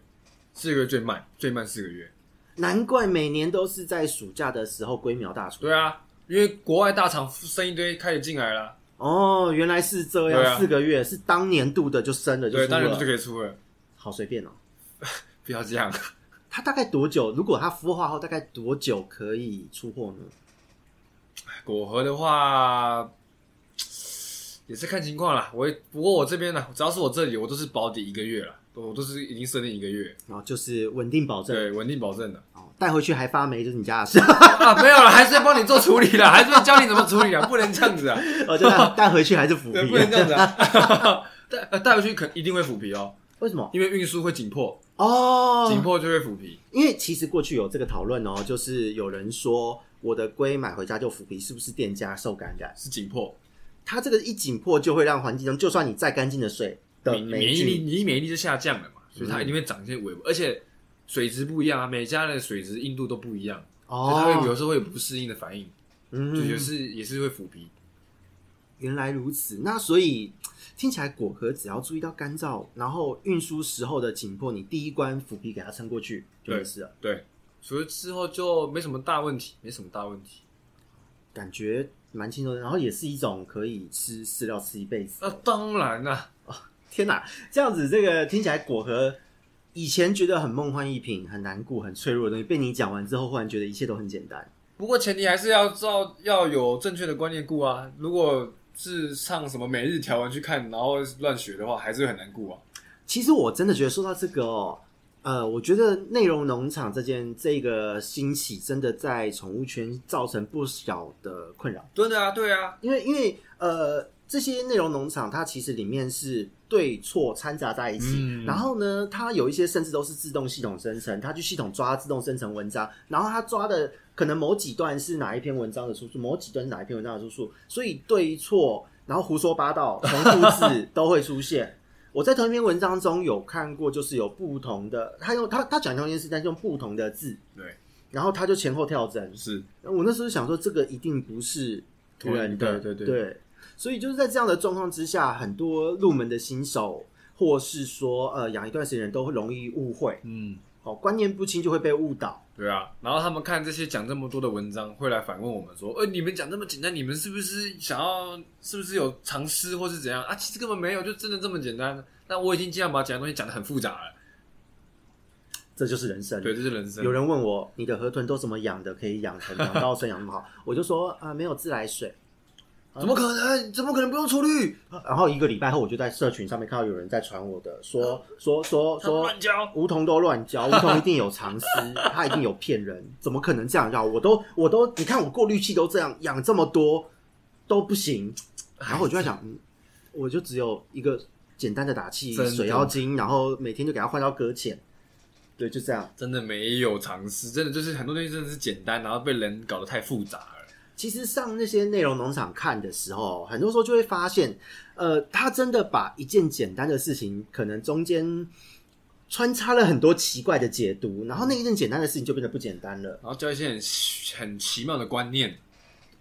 B: 四个月最慢，最慢四个月。
A: 难怪每年都是在暑假的时候龟苗大出。
B: 对啊，因为国外大厂生一堆开始进来了，
A: 哦，原来是这样，
B: 对啊
A: 四个月是当年度的就生了，就
B: 对，啊
A: 出
B: 当然就
A: 了，
B: 可以出了，
A: 好随便哦。
B: 不要这样。
A: 它大概多久？如果它孵化后大概多久可以出货呢？
B: 果核的话，也是看情况啦。我也不过我这边呢，只要是我这里，我都是保底一个月了，我都是已经设定一个月，
A: 然后哦就是稳定保证，
B: 对，稳定保证的
A: 哦，带回去还发霉就是你家的事， [LAUGHS]
B: 啊。没有了，还是要帮你做处理啦，还是要教你怎么处理啊，不能这样子啊，
A: 我哦就带带回去还是腐
B: [LAUGHS] 对，
A: 皮
B: 不能这样子啊。 [LAUGHS] 带呃带回去肯一定会腐皮哦，
A: 为什么？
B: 因为运输会紧迫，
A: 哦，
B: 紧迫就会腐皮。
A: 因为其实过去有这个讨论哦，就是有人说我的龟买回家就腐皮，是不是店家受感染？
B: 是紧迫，
A: 它这个一紧迫就会让环境中，就算你再干净的水的嗯
B: 免免
A: 霉
B: 疫力，
A: 菌，
B: 你免疫力就下降了嘛，所以它一定会长一些尾巴，而且水质不一样啊，每家的水质硬度都不一样，所以它会有
A: 哦，
B: 时候会有不适应的反应，就也
A: 嗯，
B: 是也是会腐皮。
A: 原来如此。那所以听起来果壳只要注意到干燥，然后运输时候的紧迫，你第一关腐皮给它撑过去就没事了。
B: 对，所以之后就没什么大问题，没什么大问题。
A: 感觉蛮轻松的，然后也是一种可以吃饲料吃一辈子。
B: 那、当然啦、
A: 天哪，这样子这个听起来果核以前觉得很梦幻一品、很难过、很脆弱的东西，被你讲完之后，忽然觉得一切都很简单。
B: 不过前提还是要照要有正确的观念顾啊。如果是上什么每日条文去看，然后乱学的话，还是会很难顾啊。
A: 其实我真的觉得说到这个哦，呃，我觉得内容农场这件这个兴起，真的在宠物圈造成不小的困扰。
B: 对的啊，对啊，
A: 因为因为呃，这些内容农场它其实里面是对错掺杂在一起，
B: 嗯
A: 然后呢，它有一些甚至都是自动系统生成，它去系统抓自动生成文章，然后它抓的可能某几段是哪一篇文章的出处，某几段是哪一篇文章的出处，所以对错，然后胡说八道、重复字都会出现。我在同一篇文章中有看过，就是有不同的，他用他他讲同一件事，但是用不同的字，
B: 对，
A: 然后他就前后跳针，
B: 是
A: 我那时候想说，这个一定不是突然的，
B: 对对对
A: 所以就是在这样的状况之下，很多入门的新手，或是说呃养一段时间的人都会容易误会，
B: 嗯，
A: 哦，观念不清就会被误导。
B: 对啊。然后他们看这些讲这么多的文章，会来反问我们说：“呃，你们讲这么简单，你们是不是想要是不是有藏私或是怎样啊？”其实根本没有，就真的这么简单。那我已经尽量把讲的东西讲的很复杂了。
A: 这就是人生。
B: 对，这是人
A: 嗯
B: 生。
A: 有人问我，你的河豚都怎么养的？可以
B: [LAUGHS]
A: 养成养到生养那么好？我就说啊、呃没有自来水。
B: 怎么可能？怎么可能不用出绿？
A: 然后一个礼拜后，我就在社群上面看到有人在传我的，说说说
B: 他
A: 说
B: 乱教。
A: 梧桐都乱
B: [LAUGHS]
A: 交，梧桐一定有藏私，他一定有骗人，怎么可能这样要？我都我都，你看我过滤器都这样，养这么多都不行。然后我就在想，嗯，我就只有一个简单的打气
B: 真的
A: 水妖精，然后每天就给它换到搁浅，对，就这样。
B: 真的没有尝试，真的就是很多东西真的是简单，然后被人搞得太复杂了。
A: 其实上那些内容农场看的时候，很多时候就会发现，呃，他真的把一件简单的事情，可能中间穿插了很多奇怪的解读，然后那一件简单的事情就变得不简单了。
B: 然后教一些很很奇妙的观念。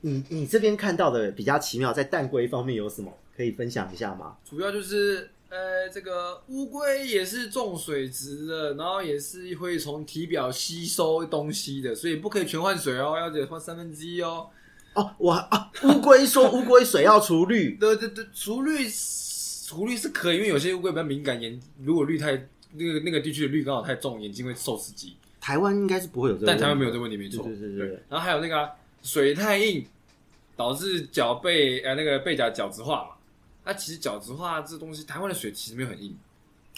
A: 你你这边看到的比较奇妙，在蛋龟方面有什么可以分享一下吗？
B: 主要就是呃，这个乌龟也是重水质的，然后也是会从体表吸收东西的，所以不可以全换水哦，要得换三分之一哦。
A: 哦，我啊，乌龟说乌龟水要除氯，
B: 对对对，除氯除氯是可以，因为有些乌龟比较敏感，眼如果氯太那个那个地区的氯刚好太重，眼睛会受刺激。
A: 台湾应该是不会有这个，
B: 但台湾没有这个，问题，没错。
A: 对对对对对
B: 然后还有那个啊、水太硬，导致脚背呃那个背甲角质化嘛。那、其实角质化这东西，台湾的水其实没有很硬。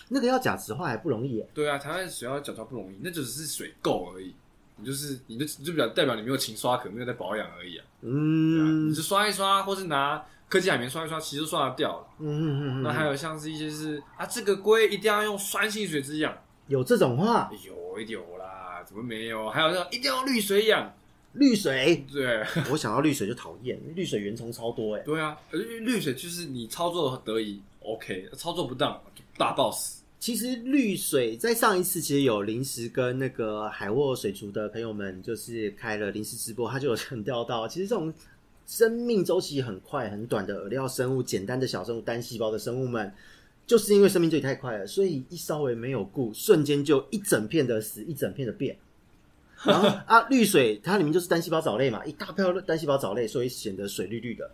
A: 那个要假质化还不容易耶。
B: 对啊，台湾的水要角质化不容易，那就只是水垢而已。你就是你就你就表代表你没有勤刷可，没有在保养而已啊。对啊，
A: 嗯
B: 你就刷一刷，或是拿科技海绵刷一刷，其实就刷得掉了。
A: 嗯嗯嗯，
B: 那还有像是一些是啊，这个龟一定要用酸性水质养，
A: 有这种话，
B: 有有啦，怎么没有？还有那个一定要用绿水养，
A: 绿水，
B: 对。
A: 我想到绿水就讨厌，绿水原虫超多哎。
B: 对啊，因为绿水就是你操作得宜， OK，操作不当就大爆死。
A: 其实绿水在上一次其实有临时跟那个海沃水族的朋友们就是开了临时直播，他就有强调到，其实这种生命周期很快很短的饵料生物、简单的小生物、单细胞的生物们，就是因为生命周期太快了，所以一稍微没有顾，瞬间就一整片的死，一整片的变。然后啊，绿水它里面就是单细胞藻类嘛，一大票单细胞藻类，所以显得水绿绿的。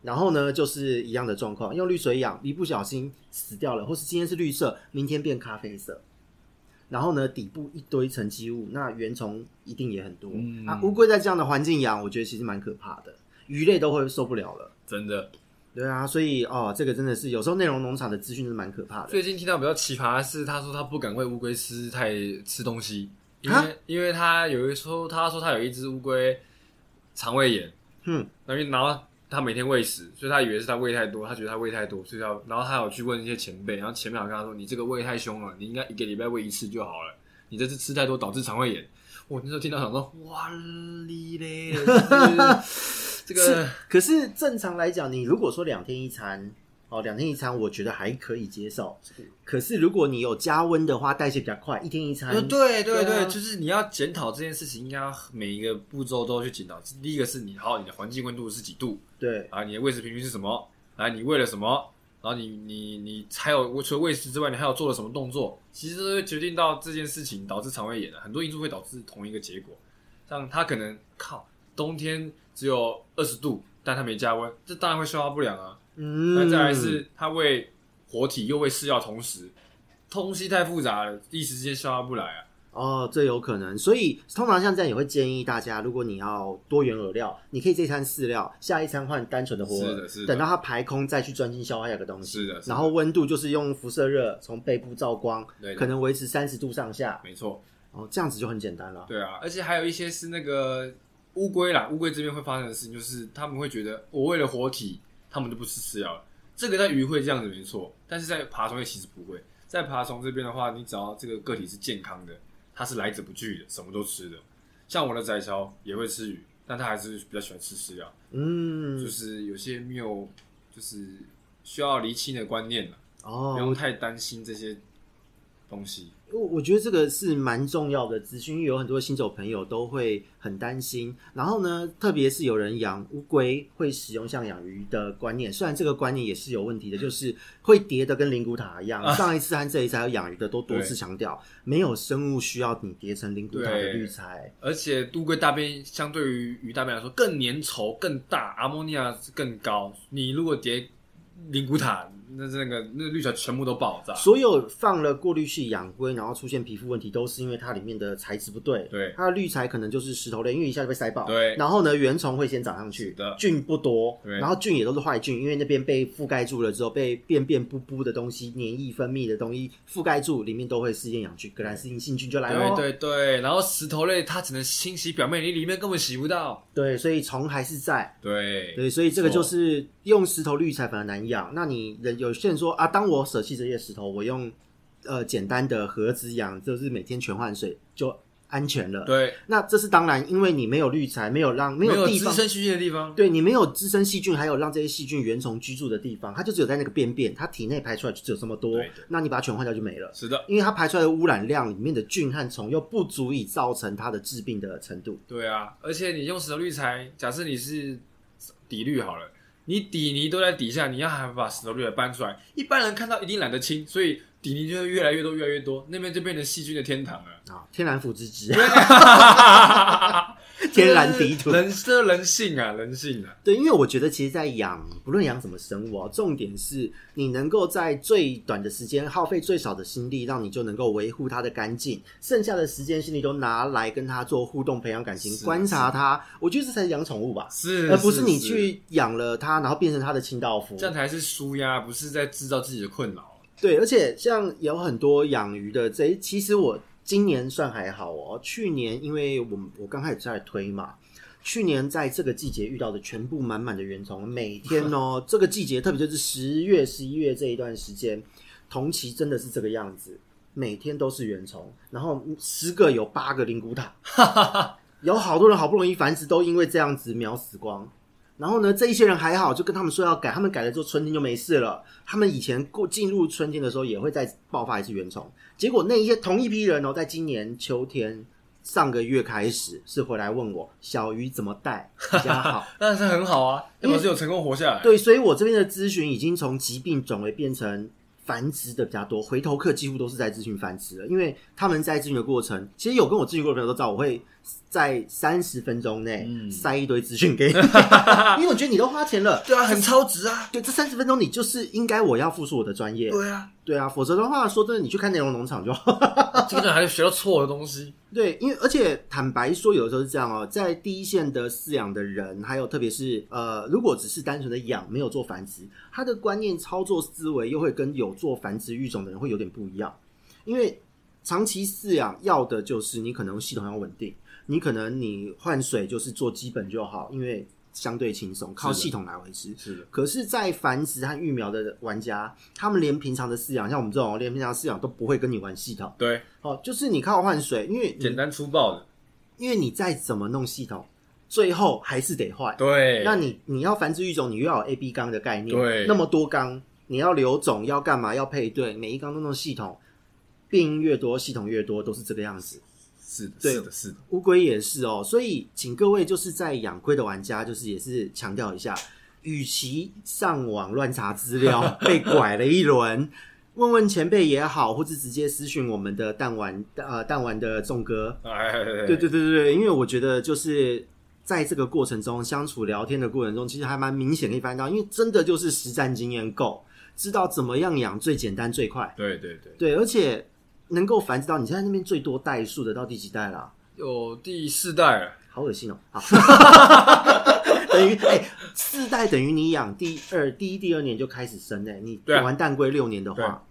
A: 然后呢，就是一样的状况，用绿水养，一不小心死掉了，或是今天是绿色，明天变咖啡色。然后呢，底部一堆沉积物，那原虫一定也很多、
B: 嗯
A: 啊。乌龟在这样的环境养，我觉得其实蛮可怕的，鱼类都会受不了了。
B: 真的，
A: 对啊，所以哦，这个真的是有时候内容农场的资讯是蛮可怕的。
B: 最近听到比较奇葩的是，他说他不敢喂乌龟吃太吃东西，因
A: 啊
B: 为因为他有一说，他说他有一只乌龟肠胃炎，
A: 嗯，
B: 那因为然后他每天喂食，所以他以为是他喂太多，他觉得他喂太多，所以他然后他有去问一些前辈，然后前辈有跟他说：“你这个喂太凶了，你应该一个礼拜喂一次就好了，你这次吃太多导致肠胃炎。”我那时候听到想说：“哇哩嘞，就是这个
A: [LAUGHS] 是可是正常来讲，你如果说两天一餐，哦，两天一餐，我觉得还可以接受。可是如果你有加温的话，代谢比较快，一天一餐
B: 呃，对
A: 对
B: 对
A: 啊
B: 对，就是你要检讨这件事情，应该要每一个步骤都要去检讨。第一个是你好，你的环境温度是几度
A: 对
B: 啊？你的喂食频率是什么？啊，你喂了什么？然后你你你还有除了喂食之外，你还有做了什么动作？其实都会决定到这件事情导致肠胃炎的很多因素会导致同一个结果。像他可能靠冬天只有二十度，但他没加温，这当然会消化不良啊。
A: 嗯
B: 那再来是它喂活体又喂饲料，同时东西太复杂了，一时之间消化不来啊。
A: 哦，这有可能，所以通常像这样也会建议大家，如果你要多元饵料，你可以这餐饲料，下一餐换单纯的活饵，
B: 是的是的
A: 等到它排空再去专心消化那个东西。
B: 是的，是的
A: 然后温度就是用辐射热从背部照光
B: 对，的
A: 可能维持三十度上下，
B: 没错，
A: 哦，这样子就很简单了。
B: 对啊，而且还有一些是那个乌龟啦，乌龟这边会发生的事情就是他们会觉得我为了活体，他们就不吃饲料了。这个在鱼会这样子没错，但是在爬虫类其实不会。在爬虫这边的话，你只要这个个体是健康的，它是来者不拒的，什么都吃的。像我的仔枭也会吃鱼，但它还是比较喜欢吃饲料。
A: 嗯，
B: 就是有些没有，就是需要厘清的观念了，不
A: 哦
B: 用，太担心这些东西。
A: 我我觉得这个是蛮重要的资讯，因为有很多新手朋友都会很担心。然后呢，特别是有人养乌龟会使用像养鱼的观念，虽然这个观念也是有问题的，就是会叠的跟灵骨塔一样。上一次和这一次还有养鱼的都多次强调，没有生物需要你叠成灵骨塔的滤材。
B: 而且乌龟大便相对于鱼大便来说更粘稠、更大，阿莫尼亚更高。你如果叠灵骨塔，那那个那个绿球全部都爆炸。
A: 所有放了过滤器养龟，然后出现皮肤问题，都是因为它里面的材质不对。
B: 对
A: 它的滤材可能就是石头类，因为一下就被塞爆。
B: 对
A: 然后呢，原虫会先长上去
B: 是的
A: 菌不多，
B: 对
A: 然后菌也都是坏菌，因为那边被覆盖住了之后，被便便布布的东西、黏液分泌的东西覆盖住，里面都会是厌氧菌、革兰氏阴性菌就来了。
B: 对对对，然后石头类它只能清洗表面，你里面根本洗不到。
A: 对，所以虫还是在。
B: 对
A: 对，所以这个就是用石头滤材反而难养。那你人有些人说啊，当我舍弃这些石头，我用呃简单的盒子养，就是每天全换水就安全了。
B: 对，
A: 那这是当然，因为你没有滤材，没有让没
B: 没
A: 有
B: 有
A: 地
B: 滋
A: 方，
B: 生细菌的地方。
A: 对你没有滋生细菌，还有让这些细菌原虫居住的地方，它就只有在那个便便，它体内排出来就只有这么多
B: 对的。
A: 那你把它全换掉就没了，
B: 是的，
A: 因为它排出来的污染量里面的菌和虫又不足以造成它的致病的程度。
B: 对啊，而且你用石头滤材，假设你是底滤好了，你底泥都在底下，你要还把石头滤材搬出来，一般人看到一定懒得清，所以底泥就会越来越多，越来越多，那边就变成细菌的天堂了。
A: 啊，天然腐殖质， [LAUGHS] 天然敌土。
B: 人这人性啊，人性啊，
A: 对，因为我觉得其实，在养不论养什么生物啊，重点是你能够在最短的时间耗费最少的心力，让你就能够维护它的干净，剩下的时间心力都拿来跟它做互动、培养感情、
B: 是啊
A: 观察它。我觉得这才是养宠物吧，
B: 是，
A: 而呃不是你
B: 是
A: 去养了它，然后变成它的清道夫
B: 这。样才是舒压，不是在制造自己的困扰。啊
A: 对，而且像有很多养鱼的，这其实我今年算还好哦。去年因为我们我刚开始在推嘛，去年在这个季节遇到的全部满满的原虫，每天哦，这个季节特别就是十月、十一月这一段时间，同期真的是这个样子，每天都是原虫，然后十个有八个灵骨塔，有好多人好不容易繁殖，都因为这样子秒死光。然后呢，这一些人还好，就跟他们说要改，他们改了之后春天就没事了。他们以前过进入春天的时候也会再爆发一次原虫，结果那一些同一批人哦，在今年秋天上个月开始是回来问我小鱼怎么带比较好。
B: 但是很好啊，
A: 因为
B: 表示有成功活下来。
A: 对，啊所以我这边的咨询已经从疾病转为变成繁殖的比较多，回头客几乎都是在咨询繁殖了，因为他们在咨询的过程，其实有跟我咨询过的朋友都知道，我会在三十分钟内
B: 嗯
A: 塞一堆资讯给你，因为我觉得你都花钱了。
B: 对啊，很超值啊。
A: 对，这三十分钟你就是应该我要付出我的专业，
B: 对 [LAUGHS] 啊，
A: 对啊，否则的话，说真的，你去看内容农场就好。 [LAUGHS]
B: 这个人还学到错的东西。
A: 对，因为而且坦白说，有的时候是这样哦，在第一线的饲养的人，还有特别是呃，如果只是单纯的养，没有做繁殖，他的观念、操作思维又会跟有做繁殖育种的人会有点不一样。因为长期饲养要的就是你可能系统要稳定，你可能你换水就是做基本就好，因为相对轻松，靠
B: 是的
A: 系统来维持。
B: 是的，
A: 可 [LAUGHS] 是，在繁殖和育苗的玩家，他们连平常的饲养，像我们这种连平常饲养都不会跟你玩系统，
B: 对，
A: 哦，就是你靠换水，因为你
B: 简单粗暴的。
A: 因为你再怎么弄系统，最后还是得换。
B: 对，
A: 那你你要繁殖育种，你又要有 A、B 缸的概念，
B: 对
A: 那么多缸，你要留种，要干嘛，要配对，每一缸都弄系统，变音越多，系统越多，都是这个样子。
B: 是的，
A: 对
B: 是的，是的，
A: 乌龟也是哦，所以请各位就是在养龟的玩家，就是也是强调一下，与其上网乱查资 [LAUGHS] 料被拐了一轮，问问前辈也好，或是直接私讯我们的弹丸呃弹丸的纵哥，
B: 哎，
A: 对对对对对，因为我觉得就是在这个过程中相处聊天的过程中，其实还蛮明显可以发现到，因为真的就是实战经验够，知道怎么样养最简单最快，
B: 对对对，
A: 对，而且能够繁殖到你现在那边最多代数的到第几代啦？
B: 有第四代了，
A: 好恶心哦！好， [LAUGHS] 等于哎、四代等于你养第二、第一、第二年就开始生哎、你
B: 对啊
A: 玩蛋龟六年的
B: 对
A: 话，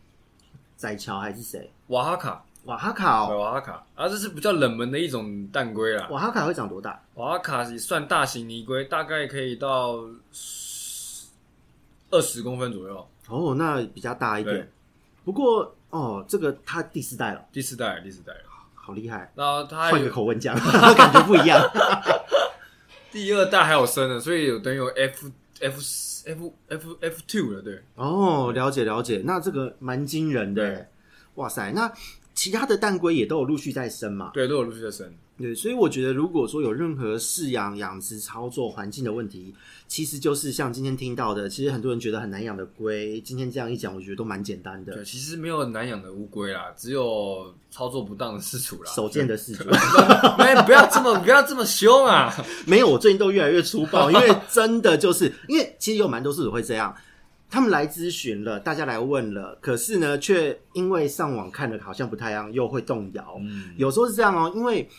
A: 仔乔还是谁？
B: 瓦哈卡，
A: 瓦哈卡、
B: 对
A: 哦，
B: 瓦哈卡，啊，这是比较冷门的一种蛋龟啦。
A: 瓦哈卡会长多大？
B: 瓦哈卡也算大型泥龟，大概可以到二十公分左右。
A: 哦，那比较大一
B: 对
A: 点。不过哦，这个他第四代了，
B: 第四代，第四代。
A: 好厉害！
B: 然后它
A: 换个
B: 有
A: 口吻讲， [LAUGHS] 感觉不一样。 [LAUGHS]
B: 第二代还有生的，所以有等于有 F F F F F two 了，对。
A: 哦，了解了解，那这个蛮惊人
B: 对
A: 的。哎哇塞，那其他的蛋龟也都有陆续在生嘛？
B: 对，都有陆续在生。
A: 对，所以我觉得，如果说有任何饲养、养殖、操作、环境的问题，其实就是像今天听到的，其实很多人觉得很难养的龟，今天这样一讲，我觉得都蛮简单
B: 对，
A: 的，
B: 其实没有很难养的乌龟啦，只有操作不当的事主啦。
A: 手贱的事主。
B: 没不要这
A: [LAUGHS]
B: 么不要这么凶啊！
A: 没有，我最近都越来越粗暴，因为真的就是因为其实有蛮多事主会这样，他们来咨询了，大家来问了，可是呢，却因为上网看了好像不太一样，又会动摇。
B: 嗯，
A: 有时候是这样哦，因为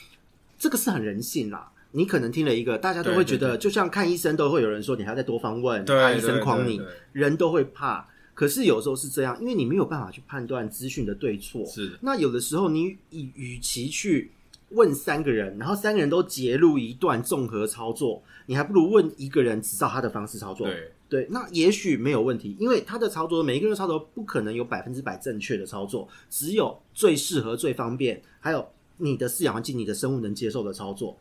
A: 这个是很人性啦。你可能听了一个，大家都会觉
B: 对对
A: 得，就像看医生都会有人说你还要再多方问，怕
B: 对，
A: 医生诓你
B: 对，，对
A: 人都会怕。可是有时候是这样，因为你没有办法去判断资讯的对错，
B: 对是的，
A: 那有的时候你与与其去问三个人，然后三个人都截录一段综合操作，你还不如问一个人，只照他的方式操作。
B: 对，
A: 对那也许没有问题，因为他的操作，每一个人的操作不可能有百分之百正确的操作，只有最适合、最方便，还有你的饲养环境、你的生物能接受的操作。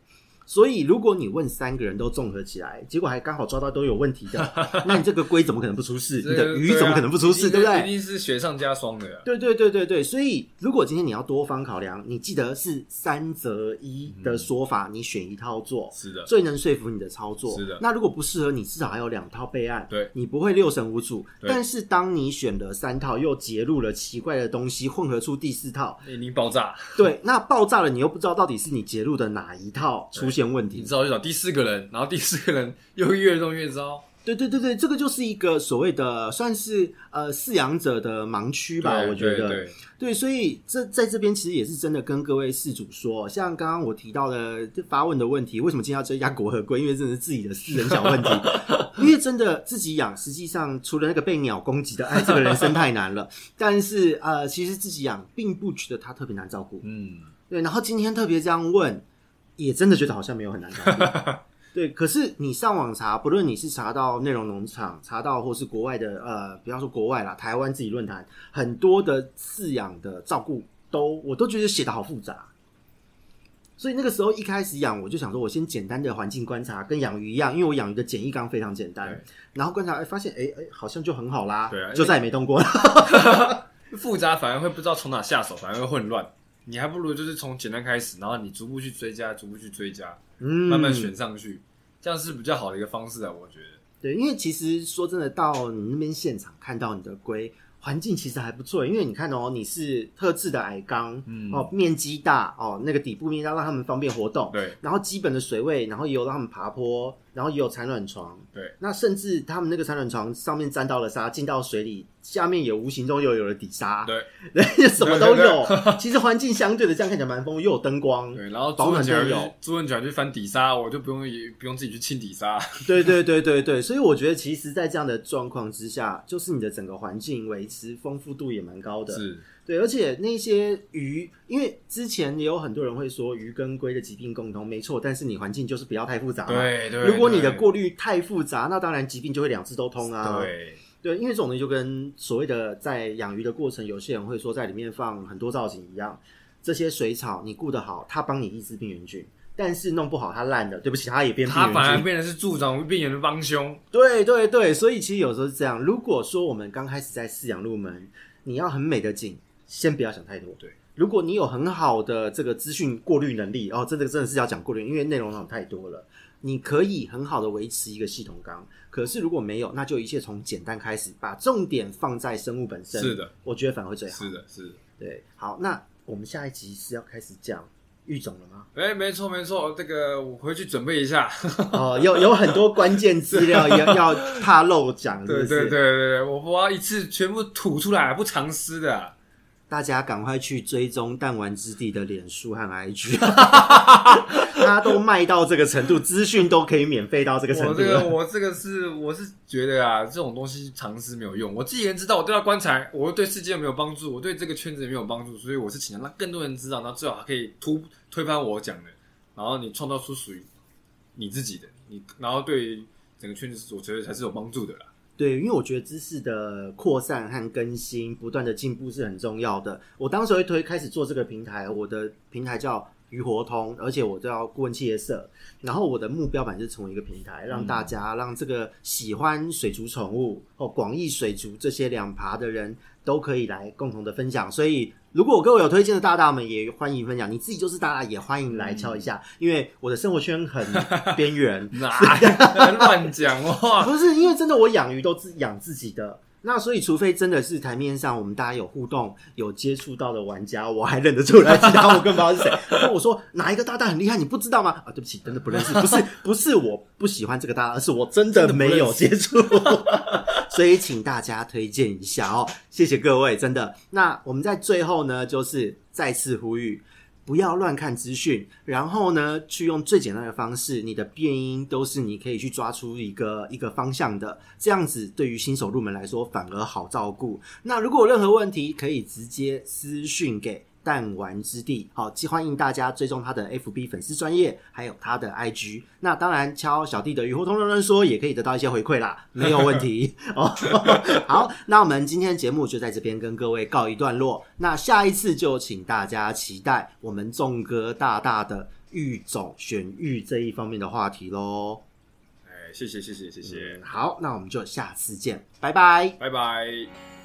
A: 所以，如果你问三个人都综合起来，结果还刚好抓到都有问题的，那你这个龟怎么可能不出事？你
B: 这
A: 的
B: 个
A: 鱼怎么可能不出事？对
B: 对
A: 不
B: 啊
A: 对
B: 一定？一定是雪上加霜的啊。
A: 对对对对对，所以如果今天你要多方考量，你记得是三择一的说法，你选一套做，
B: 是的，
A: 最能说服你的操作。
B: 是的
A: 那如果不适合你，至少还有两套备案，
B: 对
A: 你不会六神无主。
B: 对
A: 但是当你选了三套，又截录了奇怪的东西，混合出第四套，
B: 你你爆炸， [LAUGHS]
A: 对，那爆炸了，你又不知道到底是你截录的哪一套出现问
B: 你
A: 题。
B: 知道就找第四个人，然后第四个人又越弄越
A: [LAUGHS]
B: 糟。
A: 对对对对，这个就是一个所谓的算是呃饲养者的盲区吧，
B: 对
A: 我觉得。
B: 对对
A: 对，所以这在这边其实也是真的跟各位事主说，像刚刚我提到的发问的问题，为什么今天要追加国和龟？因为真的是自己的私人小问题， [LAUGHS] 因为真的自己养，实际上除了那个被鸟攻击的，哎，这个人生太难了。但是呃，其实自己养并不觉得它特别难照顾，
B: 嗯，
A: 对。然后今天特别这样问，也真的觉得好像没有很难照顾。
B: [LAUGHS]
A: 对，可是你上网查，不论你是查到内容农场，查到或是国外的，呃，不要说国外啦，台湾自己论坛，很多的饲养的照顾都，我都觉得写的好复杂。所以那个时候一开始养，我就想说，我先简单的环境观察，跟养鱼一样，因为我养鱼的简易缸非常简单
B: 对，
A: 然后观察，哎，发现哎哎，好像就很好啦，
B: 对啊
A: 就再也没动过了。
B: 复杂反而会不知道从哪下手，反而会混乱。你还不如就是从简单开始，然后你逐步去追加，逐步去追加，
A: 嗯，
B: 慢慢选上去，这样是比较好的一个方式啊，我觉得。
A: 对，因为其实说真的，到你那边现场看到你的龟，环境其实还不错。因为你看哦，你是特制的矮缸，
B: 嗯
A: 哦，面积大，哦，那个底部面积大，让他们方便活动。
B: 对
A: 然后基本的水位，然后也有让他们爬坡，然后也有产卵床。
B: 对，
A: 那甚至他们那个产卵床上面沾到了沙，进到水里，下面也无形中又有了底沙，
B: 对
A: [LAUGHS] 对，什么都有。
B: [LAUGHS]
A: 其实环境相对的，这样看起来蛮丰富，又有灯光，
B: 对，然后
A: 保
B: 朱文
A: 暖都
B: 杰
A: 有
B: 就朱文杰去翻底沙，我就不用也不用自己去清底沙。 [LAUGHS]
A: 对对对对对，所以我觉得其实，在这样的状况之下，就是你的整个环境维持丰富度也蛮高的。
B: 是，
A: 对，而且那些鱼，因为之前也有很多人会说鱼跟龟的疾病共通，没错，但是你环境就是不要太复杂嘛。
B: 对对。
A: 啊如果你的
B: 对
A: 过滤太复杂，那当然疾病就会两只都通啊。
B: 对
A: 对，因为这种东西就跟所谓的在养鱼的过程，有些人会说在里面放很多造景一样，这些水草你顾得好，它帮你抑制病原菌，但是弄不好它烂了，对不起，它也变病
B: 他
A: 原菌
B: 反。而变成是助长病人的帮凶。
A: 对对对，所以其实有时候是这样。如果说我们刚开始在饲养入门，你要很美的景，先不要想太多。
B: 对，
A: 如果你有很好的这个资讯过滤能力，哦，这个真的是要讲过滤，因为内容量太多了。你可以很好的维持一个系统纲，可是如果没有，那就一切从简单开始，把重点放在生物本身。
B: 是的，
A: 我觉得反而会最好。
B: 是的，是的。
A: 对，好，那我们下一集是要开始讲育种了吗？
B: 哎，没错没错，这个我回去准备一下。
A: 哦，有有很多关键资料要要怕漏讲，是不
B: 对
A: 是
B: 对对对对，我不要一次全部吐出来，不藏私的啊。
A: 大家赶快去追踪弹丸之地的脸书和 [LAUGHS] IG，他都卖到这个程度，资讯都可以免费到这个程
B: 我
A: 度
B: 这个
A: 了。
B: 我这个是我是觉得啊，这种东西尝试没有用。我自己人知道，我对他观察，我对世界没有帮助，我对这个圈子也没有帮助，所以我是请让更多人知道，然后最好还可以突推翻我讲的，然后你创造出属于你自己的，你然后对整个圈子，我觉得才是有帮助的
A: [LAUGHS]
B: 啦。
A: 对，因为我觉得知识的扩散和更新，不断的进步是很重要的。我当时会推开始做这个平台，我的平台叫鱼活通，而且我叫顾问企业社。然后我的目标版是成为一个平台，让大家、让这个喜欢水族宠物哦，广义水族这些两爬的人都可以来共同的分享。所以，如果各位有推荐的大大们，也欢迎分享。你自己就是大大，也欢迎来敲一下，因为我的生活圈很边缘， [LAUGHS]
B: 哎哪乱讲话？
A: 不是因为真的，我养鱼都自养自己的。那所以，除非真的是台面上我们大家有互动、有接触到的玩家，我还认得出来，其他我更不知道是谁。那我说哪一个大大很厉害，你不知道吗？啊，对不起，真的不认识，不是不是我不喜欢这个大大，而是我真的没有接触。 [LAUGHS] 所以，请大家推荐一下哦，谢谢各位，真的。那我们在最后呢，就是再次呼吁，不要乱看资讯，然后呢，去用最简单的方式，你的变音都是你可以去抓出一个一个方向的，这样子对于新手入门来说反而好照顾。那如果有任何问题，可以直接私讯给。弹丸之地，好，欢迎大家追踪他的 FB 粉丝专业，还有他的 IG。那当然，敲小弟的鱼活通论论说，也可以得到一些回馈啦，没有问题哦。 [LAUGHS] 好，那我们今天节目就在这边跟各位告一段落。那下一次就请大家期待我们纵哥大大的育种选育这一方面的话题喽。
B: 哎，谢谢谢谢谢谢，
A: 嗯好，那我们就下次见，拜拜。
B: 拜拜。